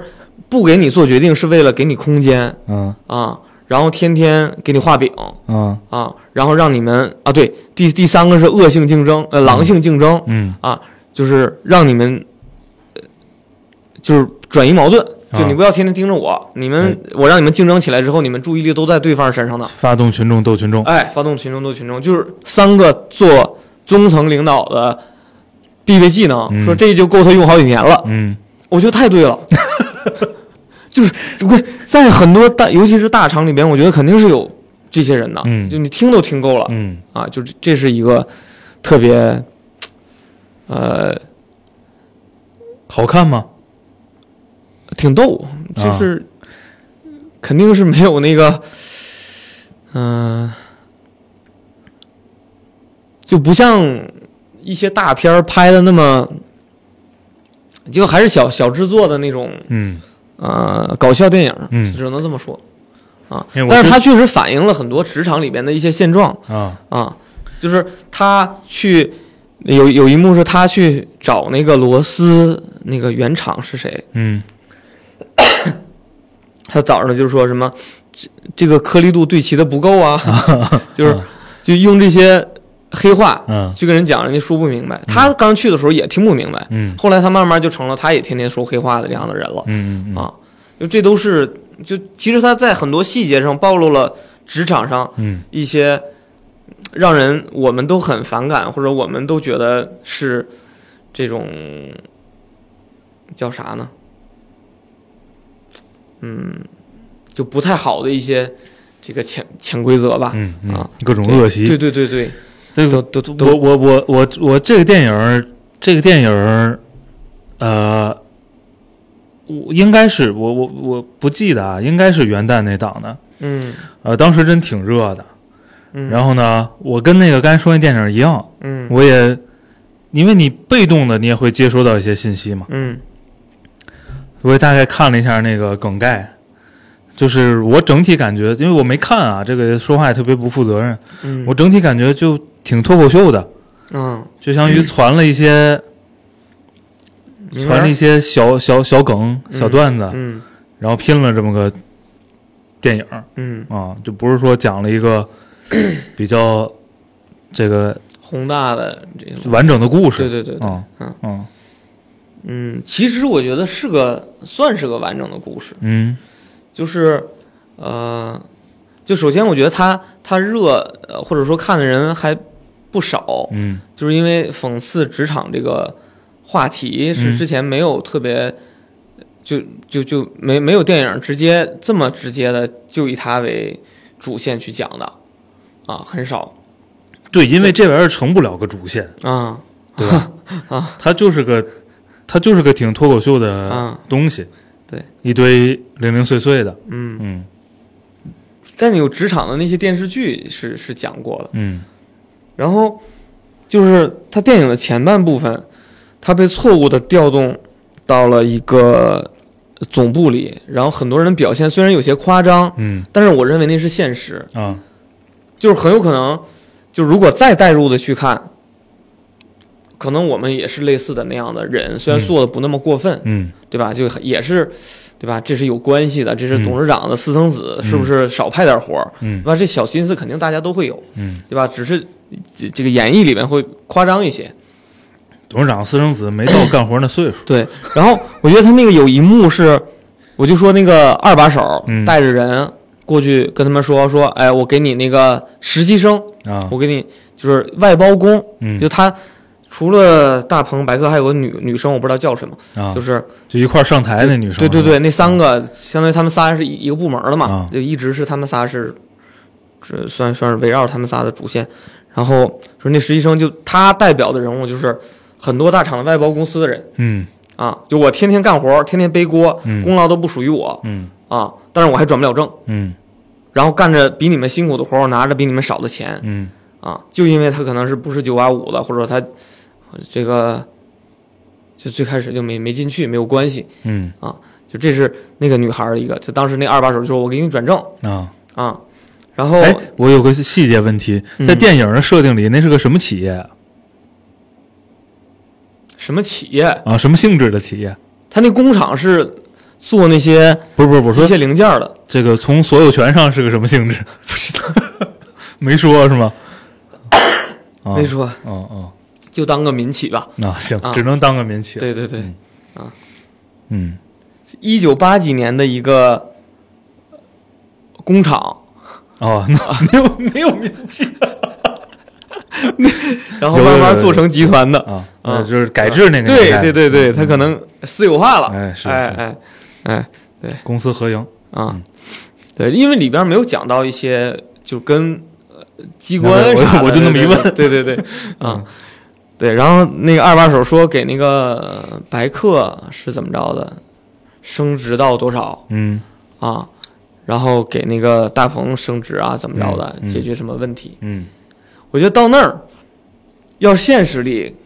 S3: 不给你做决定是为了给你空间
S4: 嗯
S3: 啊，然后天天给你画饼
S4: 嗯
S3: 啊，然后让你们啊，对，第第三个是恶性竞争，呃，狼性竞争，
S4: 嗯
S3: 啊就是让你们，呃就是转移矛盾，
S4: 啊嗯
S3: 就你不要天天盯着我，你们我让你们竞争起来之后，你们注意力都在对方身上呢。
S4: 发动群众斗群众，
S3: 哎，发动群众斗群众，就是三个做中层领导的必备技能，
S4: 嗯
S3: 说这就够他用好几年了，
S4: 嗯
S3: 我觉得太
S4: *laughs*
S3: 对了。就是如果在很多大，尤其是大厂里边，我觉得肯定是有这些人的，
S4: 嗯
S3: 就你听都听够了，
S4: 嗯
S3: 啊，就这这是一个特别，呃，
S4: 好看吗？
S3: 挺逗，
S4: 啊
S3: 就是、肯定是没有那个，嗯、就不像一些大片儿拍的那么，就还是小小制作的那种
S4: 嗯，
S3: 呃搞笑电影，
S4: 嗯
S3: 只能这么说啊
S4: 因为。我
S3: 但是
S4: 之
S3: 它确实反映了很多职场里边的一些现状
S4: 啊
S3: 啊，就是他去。有有一幕是他去找那个螺丝那个原厂是谁，
S4: 嗯
S3: 他早上就说什么这这个颗粒度对齐的不够
S4: *laughs*
S3: 啊，就是就用这些黑话
S4: 嗯
S3: 去跟人讲，人家说不明白。他刚去的时候也听不明白，
S4: 嗯
S3: 后来他慢慢就成了他也天天说黑话的这样的人了
S4: 嗯嗯
S3: 啊。就这都是就其实他在很多细节上暴露了职场上
S4: 嗯
S3: 一些让人我们都很反感，或者我们都觉得是这种叫啥呢？嗯，就不太好的一些这个潜潜规则吧。
S4: 嗯嗯
S3: 啊，
S4: 各种
S3: 对
S4: 恶习
S3: 对，对对对，
S4: 这
S3: 都都
S4: 个
S3: 都
S4: 我我我我我这个电影儿，这个电影儿，呃，我应该是我我我不记得啊，应该是元旦那档的。
S3: 嗯
S4: 呃，当时真挺热的。
S3: 嗯
S4: 然后呢，我跟那个刚才说那电影一样，
S3: 嗯
S4: 我也因为你被动的，你也会接收到一些信息嘛。
S3: 嗯
S4: 我也大概看了一下那个梗概，就是我整体感觉，因为我没看啊，这个说话也特别不负责任。
S3: 嗯，
S4: 我整体感觉就挺脱口秀的，
S3: 嗯，
S4: 就相当于传了一些、
S3: 明白
S4: 传了一些小小小梗、
S3: 嗯
S4: 小段子，
S3: 嗯
S4: 然后拼了这么个电影儿
S3: 嗯，
S4: 啊，就不是说讲了一
S3: *coughs*
S4: 个比较这个
S3: 宏大的这个
S4: 完整的故事。
S3: 对对对对，
S4: 啊
S3: 嗯
S4: 嗯
S3: 嗯，其实我觉得是个算是个完整的故事，
S4: 嗯
S3: 就是呃，就首先我觉得它它热，呃或者说看的人还不少，
S4: 嗯
S3: 就是因为讽刺职场这个话题是
S4: 嗯
S3: 之前没有特别。就就就没没有电影直接这么直接的就以它为主线去讲的，啊，很少
S4: 对，因为这玩意儿成不了个主线，
S3: 啊，
S4: 对吧？
S3: *laughs* 啊，
S4: 它就是个它就是个挺脱口秀的
S3: 啊
S4: 东西，
S3: 对，
S4: 一堆零零碎碎的，
S3: 嗯，
S4: 嗯
S3: 但有职场的那些电视剧是是讲过的。
S4: 嗯
S3: 然后就是他电影的前半部分，他被错误的调动到了一个总部里，然后很多人的表现虽然有些夸张，
S4: 嗯
S3: 但是我认为那是现实，
S4: 啊
S3: 就是很有可能，就如果再代入的去看。可能我们也是类似的那样的人，虽然
S4: 嗯
S3: 做的不那么过分，
S4: 嗯
S3: 对吧？就也是，对吧？这是有关系的，这是
S4: 嗯
S3: 董事长的私生子，是不是少派点活儿？对
S4: 嗯
S3: 吧？这小心思肯定大家都会有，
S4: 嗯，
S3: 对吧？只是这这个演绎里面会夸张一些。
S4: 董事长私生子没到干活那岁数，
S3: 对， *laughs* 然后我觉得他那个有一幕是，我就说那个二把手
S4: 嗯
S3: 带着人过去跟他们说说，哎，我给你那个实习生，
S4: 啊
S3: 我给你就是外包工，
S4: 嗯
S3: 就他除了大鹏、白客，还有个女女生，我不知道叫什么，
S4: 啊
S3: 就，是
S4: 就一块儿上台那女生，啊
S3: 对对
S4: 是吧
S3: 对，那三个相当于他们仨是一一个部门的嘛
S4: 啊，
S3: 就一直是他们仨是，这算算是围绕他们仨的主线。然后说那实习生就他代表的人物就是很多大厂的外包公司的人
S4: 嗯
S3: 啊，就我天天干活，天天背锅，
S4: 嗯
S3: 功劳都不属于我
S4: 嗯
S3: 啊，但是我还转不了正，
S4: 嗯
S3: 然后干着比你们辛苦的活，我拿着比你们少的钱
S4: 嗯
S3: 啊，就因为他可能是不是九八五的，或者他这个就最开始就没没进去，没有关系。
S4: 嗯
S3: 就这是那个女孩儿的一个，就当时那二把手就说我给你转正
S4: 啊，
S3: 啊，然后
S4: 哎，我有个细节问题，在
S3: 嗯
S4: 电影的设定里，那是个什么企业啊
S3: 什么企业，
S4: 啊？什么性质的企业？
S3: 他那工厂是做那些
S4: 不是不是，我
S3: 机
S4: 说
S3: 械零件儿的，
S4: 这个从所有权上是个什么性质？ *laughs* 不知道， *laughs* 没说
S3: *coughs*
S4: 是吗？啊
S3: 没，说
S4: 嗯嗯，
S3: 就当个民企吧。
S4: 那、行
S3: 啊，
S4: 只能当个民企。，
S3: 对对对
S4: 嗯，嗯
S3: 一九八几年的一个工厂，啊
S4: 哦，
S3: *laughs*
S4: 那没有没有民企
S3: 然后
S4: 有有
S3: 慢慢
S4: 有
S3: 做成集团的。
S4: 啊，那就是改制那个年
S3: 对
S4: 代。
S3: 对
S4: 嗯
S3: 对对，他可能私有化了。
S4: 哎是
S3: 哎
S4: 是
S3: 哎哎
S4: 嗯公私合营，
S3: 啊，对，因为里边没有讲到一些就跟呃机关
S4: 我
S3: 啥的，
S4: 我就那么一问嗯
S3: 对
S4: *laughs*
S3: 对对，对啊，对，然后那个二把手说给那个呃白客是怎么着的，升职到多少
S4: 嗯
S3: 啊？然后给那个大鹏升职啊，怎么着的，
S4: 嗯嗯
S3: 解决什么问题？
S4: 嗯
S3: 我觉得到那儿，要现实里，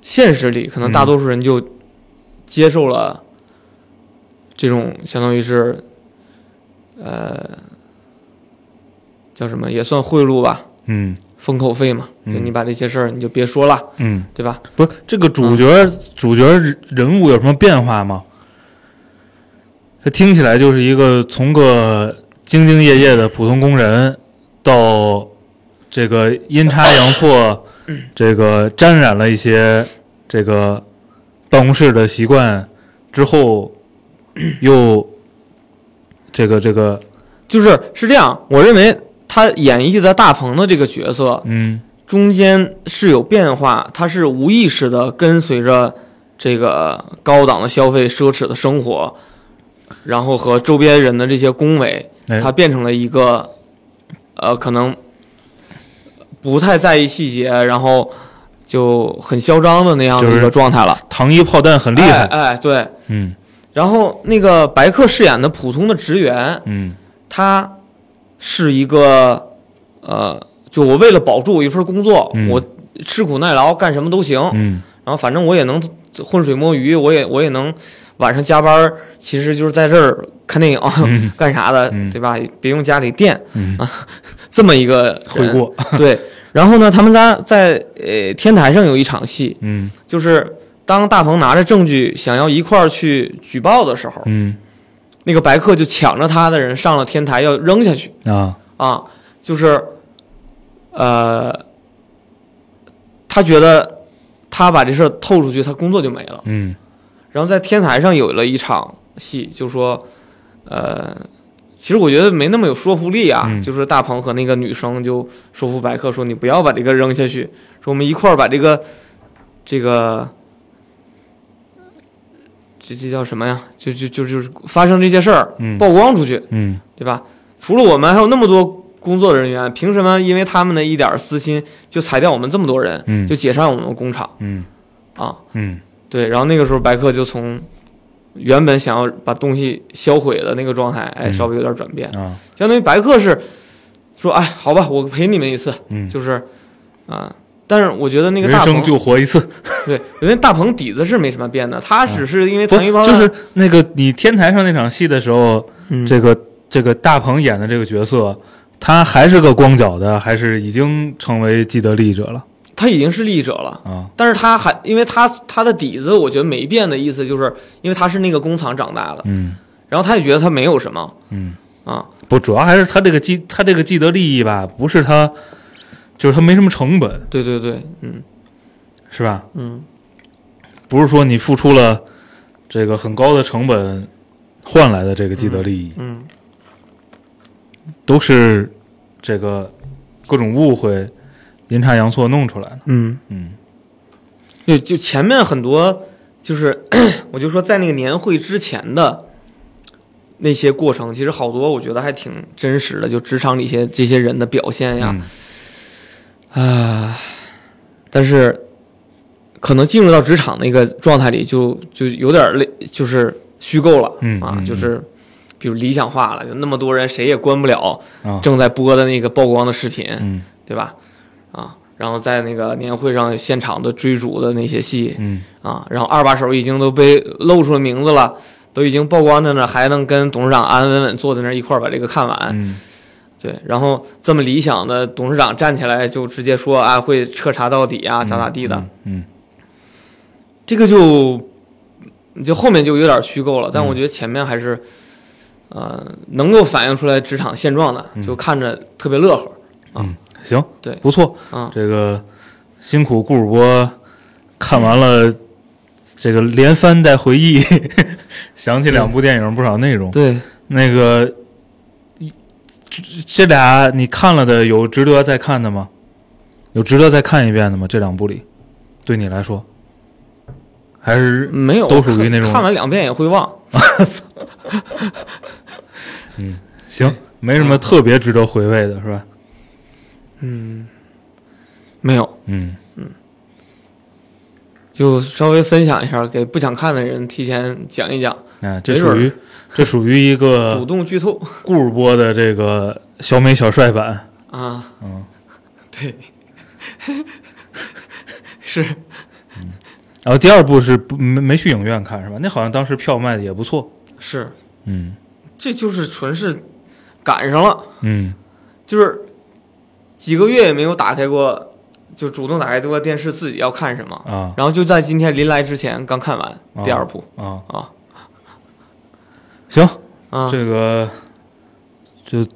S3: 现实里可能大
S4: 嗯
S3: 多数人就接受了这种相当于是，呃，叫什么也算贿赂吧，
S4: 嗯
S3: 封口费嘛，就
S4: 嗯
S3: 你把这些事儿你就别说了，
S4: 嗯，
S3: 对吧？
S4: 不是这个主角、
S3: 嗯
S4: 主角人物有什么变化吗？他听起来就是一个从个兢兢业业的普通工人，到这个阴差阳错，这个沾染了一些这个办公室的习惯之后，又这个这个
S3: 就是是这样，我认为他演绎的大鹏的这个角色，
S4: 嗯
S3: 中间是有变化，它是无意识的跟随着这个高档的消费、奢侈的生活，然后和周边人的这些恭维，
S4: 哎
S3: 它变成了一个，呃，可能不太在意细节，然后就很嚣张的那样的一个状态了，
S4: 糖衣炮弹很厉害，
S3: 哎哎，对。
S4: 嗯
S3: 然后那个白客饰演的普通的职员，
S4: 嗯
S3: 他是一个呃，就我为了保住我一份工作，
S4: 嗯
S3: 我吃苦耐劳，干什么都行。
S4: 嗯
S3: 然后反正我也能浑水摸鱼，我也我也能晚上加班儿，其实就是在这儿看电影、
S4: 嗯
S3: *laughs* 干啥的，
S4: 嗯
S3: 对吧？别用家里电，
S4: 嗯，
S3: *laughs* 这么一个
S4: 会
S3: 人。
S4: 过，
S3: 对，然后呢，他们家在呃天台上有一场戏，
S4: 嗯
S3: 就是当大鹏拿着证据想要一块儿去举报的时候，
S4: 嗯
S3: 那个白客就抢着他的人上了天台要扔下去
S4: 啊，
S3: 啊，就是呃，他觉得他把这事儿透出去，他工作就没了。
S4: 嗯
S3: 然后在天台上有了一场戏，就说，呃，其实我觉得没那么有说服力啊，
S4: 嗯
S3: 就是大鹏和那个女生就说服白客说，你不要把这个扔下去，说我们一块儿把这个这个。这这叫什么呀？就就就就是发生这些事儿
S4: 嗯
S3: 曝光出去，
S4: 嗯
S3: 对吧？除了我们，还有那么多工作人员，凭什么因为他们的一点儿私心就裁掉我们这么多人，
S4: 嗯
S3: 就解散我们工厂
S4: 嗯
S3: 啊？
S4: 嗯
S3: 对，然后那个时候白客就从原本想要把东西销毁的那个状态，哎，
S4: 嗯
S3: 稍微有点转变，
S4: 啊，
S3: 相当于白客是说，哎，好吧，我陪你们一次，
S4: 嗯，
S3: 就是啊、但是我觉得那个
S4: 人
S3: 大
S4: 生
S3: 鹏
S4: 就活一次，
S3: 对，因为大鹏底子是没什么变的，他只是因为
S4: 不
S3: 唐一包
S4: 就是那个你天台上那场戏的时候，
S3: 嗯
S4: 这个这个大鹏演的这个角色，他还是个光脚的，还是已经成为既得利益者了
S3: 他已经是利益者了。
S4: 啊？
S3: 但是他还，因为他他的底子，我觉得没变的意思，就是因为他是那个工厂长大的，
S4: 嗯
S3: 然后他也觉得他没有什么
S4: 嗯，
S3: 啊，
S4: 不，主要还是他这个既他这个既得利益吧，不是他，就是他没什么成本，
S3: 对对对，嗯
S4: 是吧？
S3: 嗯，
S4: 不是说你付出了这个很高的成本换来的这个既得利益，
S3: 嗯，
S4: 都是这个各种误会、阴差阳错弄出来的。
S3: 嗯
S4: 嗯，
S3: 就就前面很多，就是 *clears throat* 我就说在那个年会之前的那些过程，其实好多我觉得还挺真实的，就职场里一些这些人的表现哎呀
S4: 嗯
S3: 啊、但是可能进入到职场那个状态里就，就有点累，就是虚构了、
S4: 嗯
S3: 啊
S4: 嗯，
S3: 就是比如理想化了，就那么多人谁也关不了
S4: 啊
S3: 正在播的那个曝光的视频，
S4: 嗯
S3: 对吧？啊，然后在那个年会上现场的追逐的那些戏
S4: 嗯
S3: 啊，然后二把手已经都被露出了名字了，都已经曝光在那儿，还能跟董事长安安稳稳坐在那儿一块儿把这个看完。
S4: 嗯
S3: 对，然后这么理想的董事长站起来就直接说啊，会彻查到底啊，咋咋地的，
S4: 嗯
S3: 这个就就后面就有点虚构了，
S4: 嗯
S3: 但我觉得前面还是。呃，能够反映出来职场现状的，就看着特别乐呵。
S4: 嗯，行，
S3: 对
S4: 不错
S3: 啊
S4: 这个辛苦顾主播看完了。这个连番带回忆， *laughs* 想起两部电影不少内容。
S3: 对，
S4: 那个这这俩你看了的有值得再看的吗？有值得再看一遍的吗？这两部里，对你来说，还是
S3: 没有，
S4: 都属于
S3: 看
S4: 那种
S3: 看完两遍也会忘。哎
S4: 行，没什么
S3: 嗯
S4: 特别值得回味的，是吧？
S3: 没有，
S4: 嗯
S3: 就稍微分享一下，给不想看的人提前讲一讲，
S4: 啊，这
S3: 没准
S4: 属
S3: 儿
S4: 于 *laughs* 这属于一
S3: 主
S4: 个
S3: 动剧透
S4: 顾主播的这个小美小帅版，
S3: 啊。
S4: 嗯，
S3: *laughs* 对，是，
S4: 然后第二部是不没没去影院看是吧？那好像当时票卖的也不错，
S3: 是，
S4: 嗯
S3: 这就是纯是赶上了，
S4: 嗯
S3: 就是几个月也没有打开过，就主动打开过电视自己要看什么，
S4: 啊
S3: 然后就在今天临来之前刚看完
S4: 啊
S3: 第二部
S4: 啊，
S3: 啊
S4: 行，
S3: 啊，
S4: 这个就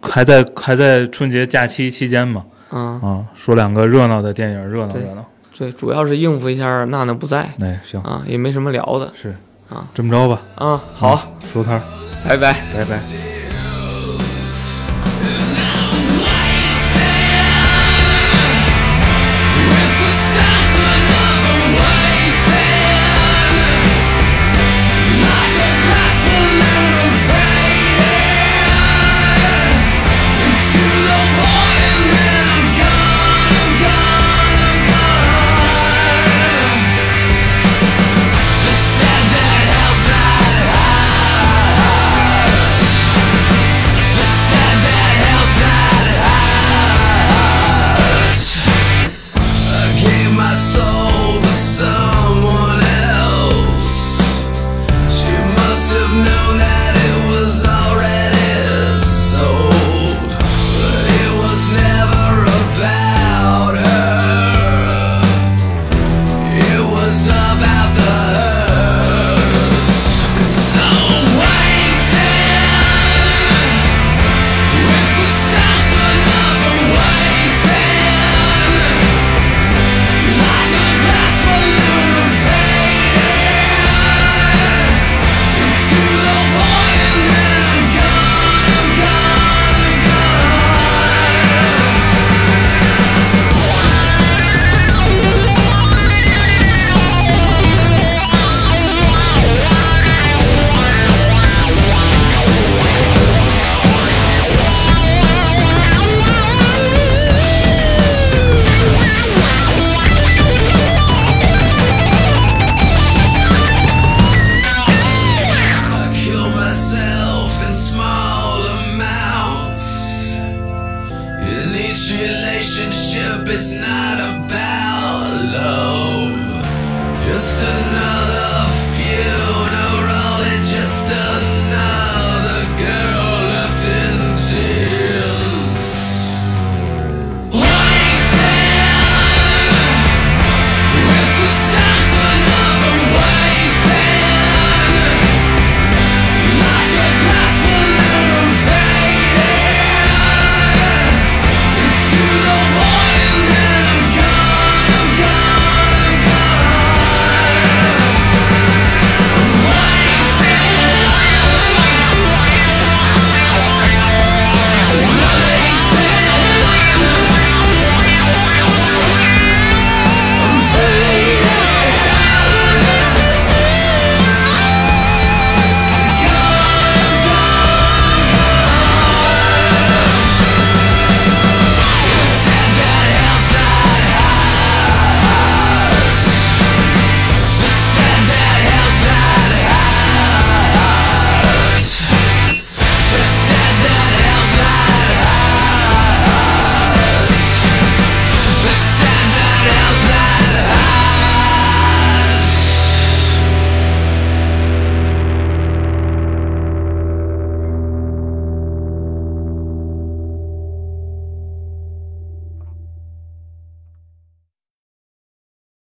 S4: 还在还在春节假期期间嘛，
S3: 嗯，
S4: 啊，说两个热闹的电影，热闹
S3: 对
S4: 热闹。
S3: 对，主要是应付一下娜娜不在
S4: 哎，行，
S3: 啊，也没什么聊的
S4: 是
S3: 啊
S4: 这么着吧，嗯
S3: 啊。好，
S4: 收摊儿，
S3: 拜拜。
S4: 拜拜。
S2: Into the void and then I'm gone, I'm gone, I'm gone it's not about love. Just a